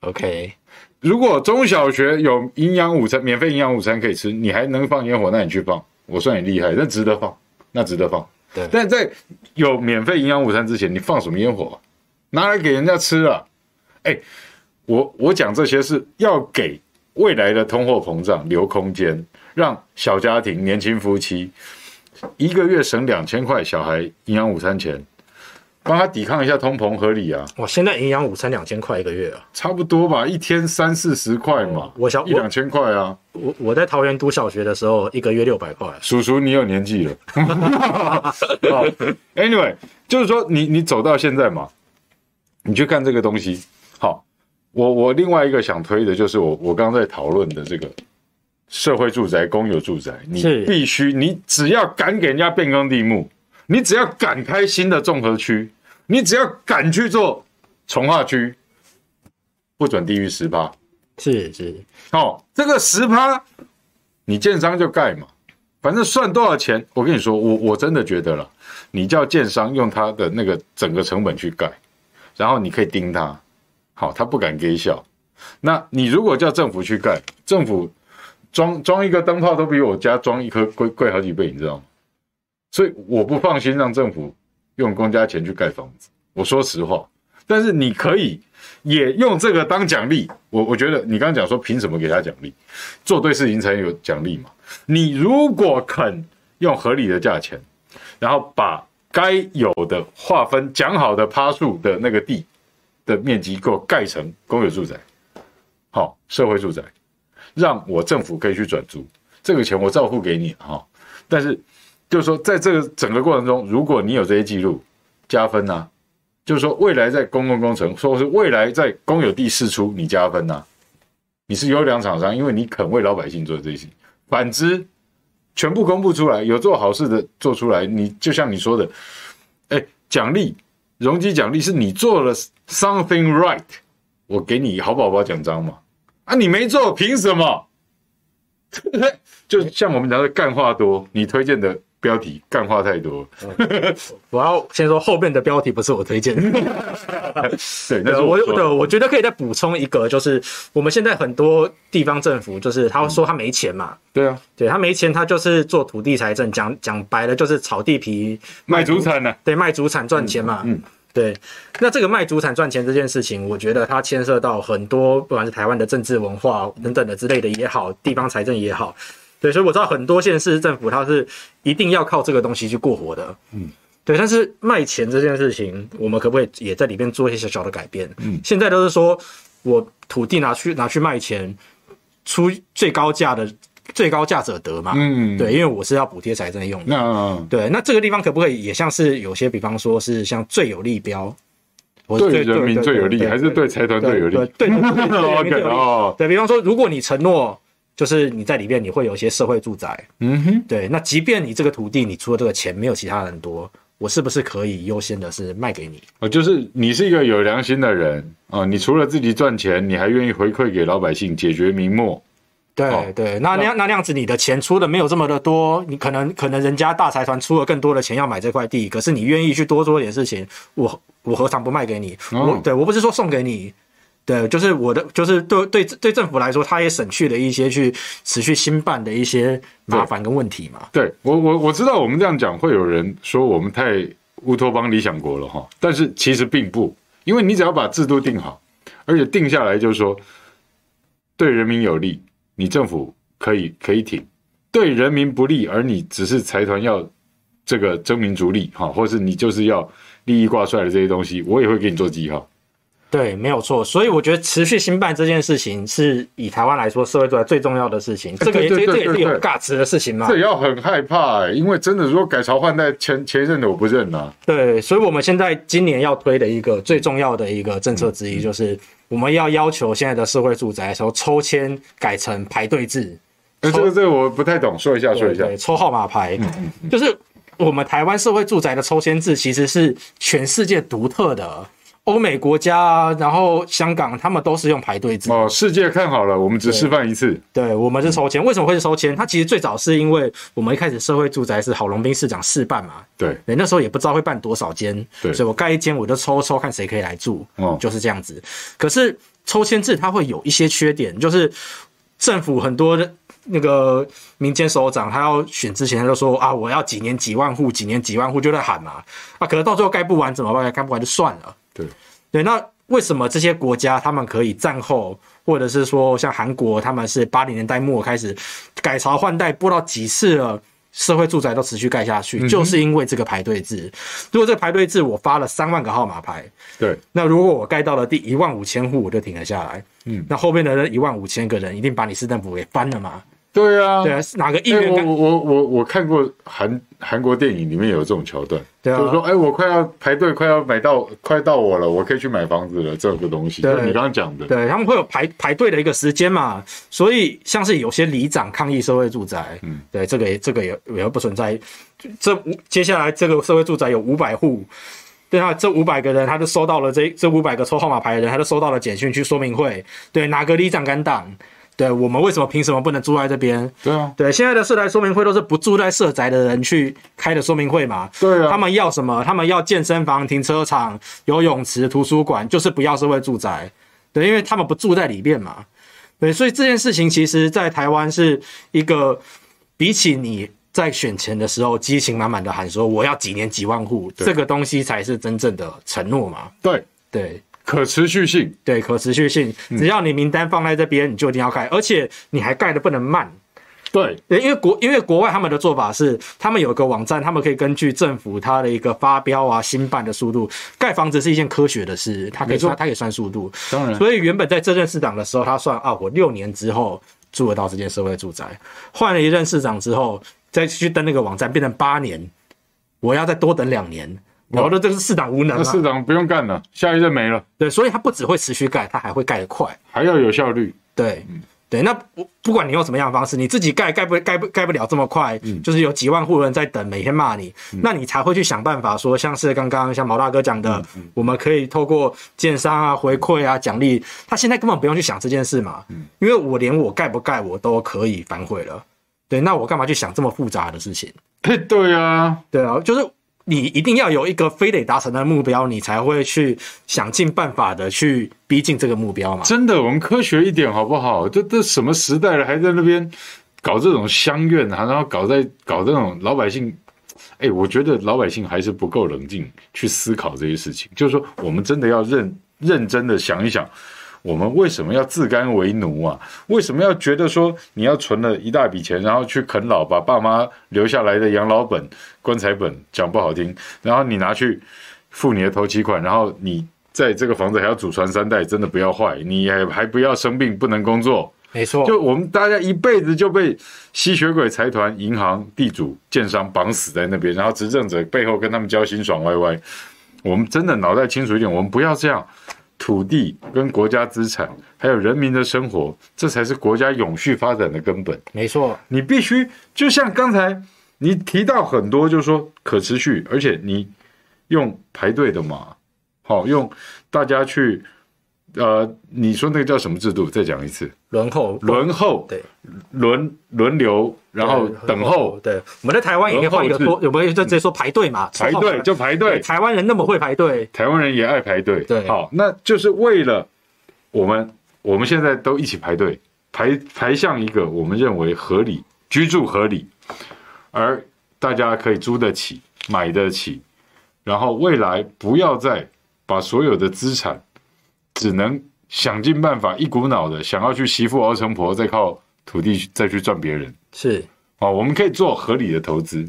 [SPEAKER 2] OK，
[SPEAKER 1] 如果中小学有营养午餐，免费营养午餐可以吃，你还能放烟火，那你去放，我算你厉害，那值得放，那值得放。
[SPEAKER 2] 对
[SPEAKER 1] 但在有免费营养午餐之前，你放什么烟火啊、拿来给人家吃啊？哎，我我讲这些是要给未来的通货膨胀留空间，让小家庭、年轻夫妻一个月省两千块，小孩营养午餐钱，帮他抵抗一下通膨，合理啊？
[SPEAKER 2] 我现在营养午餐两千块一个月啊！
[SPEAKER 1] 差不多吧，一天三四十块嘛，
[SPEAKER 2] 哦我想
[SPEAKER 1] 一两千块啊。
[SPEAKER 2] 我我在桃园读小学的时候，一个月六百块。
[SPEAKER 1] 叔叔，你有年纪了。好，Anyway，就是说你你走到现在嘛，你去看这个东西。好，我我另外一个想推的就是我我刚刚在讨论的这个社会住宅、公有住宅，你
[SPEAKER 2] 是
[SPEAKER 1] 必须你只要敢给人家变更地目，你只要敢开新的综合区，你只要敢去做从化区，不准低于十八。
[SPEAKER 2] 是是，
[SPEAKER 1] 哦，这个十趴，你建商就盖嘛，反正算多少钱，我跟你说，我我真的觉得了，你叫建商用他的那个整个成本去盖，然后你可以盯他，好、他不敢给笑。那你如果叫政府去盖，政府装装一个灯泡都比我家装一颗贵贵好几倍，你知道吗？所以我不放心让政府用公家钱去盖房子，我说实话。但是你可以也用这个当奖励。我我觉得你刚刚讲说凭什么给他奖励？做对事情才有奖励嘛。你如果肯用合理的价钱，然后把该有的划分讲好的趴数的那个地的面积给我盖成公有住宅，好、社会住宅，让我政府可以去转租，这个钱我照付给你哈、但是就是说，在这个整个过程中，如果你有这些记录，加分呐、啊就是说未来在公共工程，说是未来在公有地释出，你加分呐、你是优良厂商，因为你肯为老百姓做这些事情。反之，全部公布出来，有做好事的做出来，你就像你说的，哎，奖励、容积奖励是你做了 something right，我给你好宝宝奖章嘛。啊，你没做，凭什么？ 对不对？就像我们讲的干话多，你推荐的标题干话太多，
[SPEAKER 2] 我要先说后面的标题不是我推荐的，
[SPEAKER 1] 对，那
[SPEAKER 2] 对
[SPEAKER 1] 是
[SPEAKER 2] 我
[SPEAKER 1] 我
[SPEAKER 2] 对
[SPEAKER 1] 说的。
[SPEAKER 2] 我觉得可以再补充一个，就是我们现在很多地方政府就是他说他没钱嘛，
[SPEAKER 1] 对啊，
[SPEAKER 2] 对他没钱，他就是做土地财政，讲讲白了就是炒地皮，
[SPEAKER 1] 卖主产啊呢、
[SPEAKER 2] 对，卖主产赚钱嘛，
[SPEAKER 1] 嗯嗯
[SPEAKER 2] 对，那这个卖主产赚钱这件事情，我觉得它牵涉到很多，不管是台湾的政治文化等等的之类的也好，地方财政也好，对，所以我知道很多县市政府它是一定要靠这个东西去过活的，嗯，对。但是卖钱这件事情，我们可不可以也在里面做一些小小的改变？嗯，现在都是说我土地拿去拿去卖钱，出最高价的最高价者得嘛。
[SPEAKER 1] 嗯
[SPEAKER 2] 对，因为我是要补贴财政用的。
[SPEAKER 1] 那
[SPEAKER 2] 对，那这个地方可不可以也像是有些，比方说是像最有利标，或者
[SPEAKER 1] 对
[SPEAKER 2] 最
[SPEAKER 1] 人民最有利，还是对财团最有利
[SPEAKER 2] 对对对对对对对人民最
[SPEAKER 1] ？OK
[SPEAKER 2] 有利
[SPEAKER 1] 哦，
[SPEAKER 2] 对比方说，如果你承诺，就是你在里面你会有一些社会住宅，
[SPEAKER 1] 嗯哼，
[SPEAKER 2] 对，那即便你这个土地你除了这个钱没有其他人多，我是不是可以优先的是卖给你？
[SPEAKER 1] 哦，就是你是一个有良心的人哦，你除了自己赚钱，你还愿意回馈给老百姓，解决民末。
[SPEAKER 2] 对、
[SPEAKER 1] 哦
[SPEAKER 2] 对，那那样那那样子，你的钱出的没有这么的多，你可能可能人家大财团出了更多的钱要买这块地，可是你愿意去多做一点事情，我我何尝不卖给你？
[SPEAKER 1] 哦
[SPEAKER 2] 我对我不是说送给你，对，就是我的就是对对对政府来说，他也省去了一些去持续新办的一些麻烦跟问题嘛。
[SPEAKER 1] 对我我我知道我们这样讲会有人说我们太乌托邦理想国了哈，但是其实并不，因为你只要把制度定好，而且定下来就是说对人民有利，你政府可以可以挺；对人民不利，而你只是财团要这个争名逐利哈，或是你就是要利益挂帅的这些东西，我也会给你做记号。
[SPEAKER 2] 对，没有错。所以我觉得持续新办这件事情是以台湾来说社会做来最重要的事情，这个也
[SPEAKER 1] 哎对
[SPEAKER 2] 这
[SPEAKER 1] 对
[SPEAKER 2] 个这
[SPEAKER 1] 对
[SPEAKER 2] 也是
[SPEAKER 1] 对
[SPEAKER 2] 有
[SPEAKER 1] 对
[SPEAKER 2] 价值的事情嘛。
[SPEAKER 1] 这也要很害怕、欸，因为真的如果改朝换代，前前任的我不认啊。
[SPEAKER 2] 对，所以我们现在今年要推的一个最重要的一个政策
[SPEAKER 1] 嗯
[SPEAKER 2] 之一，就是我们要要求现在的社会住宅的时候抽签改成排队制，
[SPEAKER 1] 那呃这个这个我不太懂，说一下说
[SPEAKER 2] 对
[SPEAKER 1] 一下。嗯
[SPEAKER 2] 对，抽号码牌，就是我们台湾社会住宅的抽签制其实是全世界独特的，欧美国家啊，然后香港他们都是用排队制。
[SPEAKER 1] 哦，世界看好了，我们只示范一次。
[SPEAKER 2] 对，我们是抽签，为什么会是抽签？它其实最早是因为我们一开始社会住宅是郝龙斌市长试办嘛，
[SPEAKER 1] 对，
[SPEAKER 2] 对，那时候也不知道会办多少间，
[SPEAKER 1] 对
[SPEAKER 2] 所以我盖一间我就抽抽看谁可以来住，
[SPEAKER 1] 哦
[SPEAKER 2] 就是这样子。可是抽签制它会有一些缺点，就是政府很多的那个民间首长，他要选之前他就说啊，我要几年几万户，几年几万户就在喊嘛，啊，可能到最后盖不完怎么办？盖不完就算了。
[SPEAKER 1] 对，
[SPEAKER 2] 对，那为什么这些国家他们可以战后，或者是说像韩国，他们是八零年代末开始改朝换代，不知道几次了，社会住宅都持续盖下
[SPEAKER 1] 嗯
[SPEAKER 2] 去，就是因为这个排队制。如果这个排队制我发了三万个号码牌，
[SPEAKER 1] 对，
[SPEAKER 2] 那如果我盖到了第一万五千户，我就停了下来。
[SPEAKER 1] 嗯，
[SPEAKER 2] 那后面的那一万五千个人一定把你市政府给翻了嘛？
[SPEAKER 1] 对啊，
[SPEAKER 2] 对啊，哪个议
[SPEAKER 1] 哎、
[SPEAKER 2] 员
[SPEAKER 1] 我
[SPEAKER 2] 敢？
[SPEAKER 1] 我我我我看过韩韩国电影里面有这种桥段，
[SPEAKER 2] 对啊
[SPEAKER 1] 就是说，哎、我快要排队，快要买到，快到我了，我可以去买房子了，这个东西，
[SPEAKER 2] 对
[SPEAKER 1] 就是你刚刚讲的，
[SPEAKER 2] 对他们会有排排队的一个时间嘛，所以像是有些里长抗议社会住宅，嗯，对，这个也这个也也不存在。这五接下来这个社会住宅有五百户，对啊，这五百个人他就收到了这这五百个抽号码牌的人，他就收到了简讯去说明会，对，哪个里长敢挡？对我们为什么凭什么不能住在这边？
[SPEAKER 1] 对啊，
[SPEAKER 2] 对，现在的社宅说明会都是不住在社宅的人去开的说明会嘛。
[SPEAKER 1] 对啊
[SPEAKER 2] 他们要什么？他们要健身房、停车场、游泳池、图书馆，就是不要社会住宅。对，因为他们不住在里面嘛。对，所以这件事情其实，在台湾是一个比起你在选前的时候激情满满的喊说我要几年几万户，这个东西才是真正的承诺嘛。
[SPEAKER 1] 对，
[SPEAKER 2] 对，
[SPEAKER 1] 可持续性，
[SPEAKER 2] 对，可持续性，
[SPEAKER 1] 嗯
[SPEAKER 2] 只要你名单放在这边，你就一定要盖，而且你还盖的不能慢。
[SPEAKER 1] 对，
[SPEAKER 2] 对，因为国因为国外他们的做法是，他们有一个网站，他们可以根据政府它的一个发标啊、新办的速度，盖房子是一件科学的事，它可以
[SPEAKER 1] 没错
[SPEAKER 2] 算它可以算速度。
[SPEAKER 1] 当然，
[SPEAKER 2] 所以原本在这任市长的时候，他算啊，我六年之后住得到这间社会住宅。换了一任市长之后，再去登那个网站，变成八年，我要再多等两年。然后呢，这是市长无能
[SPEAKER 1] 哦那
[SPEAKER 2] 嘛
[SPEAKER 1] 市？长不用干了，下一任没了，
[SPEAKER 2] 对，所以他不只会持续盖，他还会盖得快。
[SPEAKER 1] 还要有效率，
[SPEAKER 2] 对，对，那不不管你用什么样的方式，你自己盖盖不盖不盖不了这么快，就是有几万户人在等，每天骂你，那你才会去想办法说，像是刚刚像毛大哥讲的，我们可以透过建商啊回馈啊奖励，他现在根本不用去想这件事嘛，因为我连我盖不盖我都可以反悔了，对，那我干嘛去想这么复杂的事情？
[SPEAKER 1] 嘿，对啊，
[SPEAKER 2] 对啊，就是你一定要有一个非得达成的目标，你才会去想尽办法的去逼近这个目标嘛。
[SPEAKER 1] 真的，我们科学一点好不好？这这什么时代了，还在那边搞这种乡愿啊，然后搞在搞这种老百姓。哎，我觉得老百姓还是不够冷静去思考这些事情。就是说，我们真的要认认真的想一想，我们为什么要自甘为奴啊？为什么要觉得说你要存了一大笔钱，然后去啃老，把爸妈留下来的养老本、棺材本，讲不好听，然后你拿去付你的头期款，然后你在这个房子还要祖传三代，真的不要坏，你也还不要生病，不能工作，
[SPEAKER 2] 没错，
[SPEAKER 1] 就我们大家一辈子就被吸血鬼财团、银行、地主、建商绑死在那边，然后执政者背后跟他们交心爽歪歪。我们真的脑袋清楚一点，我们不要这样。土地跟国家资产，还有人民的生活，这才是国家永续发展的根本。
[SPEAKER 2] 没错，
[SPEAKER 1] 你必须就像刚才你提到很多，就是说可持续，而且你用排队的嘛，好、用大家去，呃，你说那个叫什么制度？再讲一次，
[SPEAKER 2] 轮候
[SPEAKER 1] 轮候，
[SPEAKER 2] 对，
[SPEAKER 1] 轮轮流，然后等候，
[SPEAKER 2] 对，我们在台湾也可以画一个
[SPEAKER 1] 轮候
[SPEAKER 2] 多，我们就直接说排队嘛，
[SPEAKER 1] 排队就排队，
[SPEAKER 2] 台湾人那么会排队，
[SPEAKER 1] 台湾人也爱排队，
[SPEAKER 2] 对
[SPEAKER 1] 好，那就是为了我们，我们现在都一起排队，排排向一个我们认为合理居住合理，而大家可以租得起、买得起，然后未来不要再把所有的资产只能想尽办法一股脑的想要去媳妇熬成婆，再靠土地去再去赚别人。
[SPEAKER 2] 是
[SPEAKER 1] 哦，我们可以做合理的投资，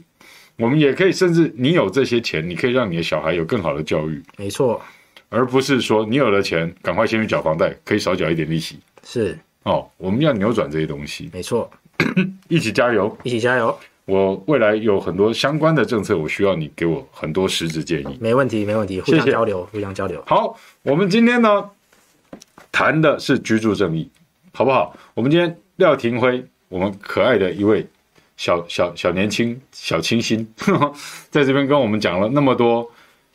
[SPEAKER 1] 我们也可以甚至你有这些钱，你可以让你的小孩有更好的教育。
[SPEAKER 2] 没错，
[SPEAKER 1] 而不是说你有了钱，赶快先去缴房贷，可以少缴一点利息。
[SPEAKER 2] 是
[SPEAKER 1] 哦，我们要扭转这些东西，
[SPEAKER 2] 没错，
[SPEAKER 1] 一起加油！
[SPEAKER 2] 一起加油，
[SPEAKER 1] 我未来有很多相关的政策，我需要你给我很多实质建议。
[SPEAKER 2] 没问题，没问题，互
[SPEAKER 1] 谢
[SPEAKER 2] 相
[SPEAKER 1] 谢
[SPEAKER 2] 交流，互相交流，
[SPEAKER 1] 好，我们今天呢谈的是居住正义，好不好？我们今天廖廷辉，我们可爱的一位小小小年轻小清新， 在这边跟我们讲了那么多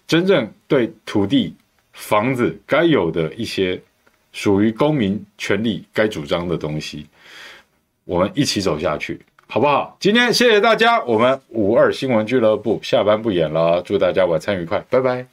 [SPEAKER 1] 真正对土地、房子该有的一些属于公民权利该主张的东西，我们一起走下去。好不好？今天谢谢大家，我们五二新闻俱乐部下班不演了，祝大家晚餐愉快，拜拜。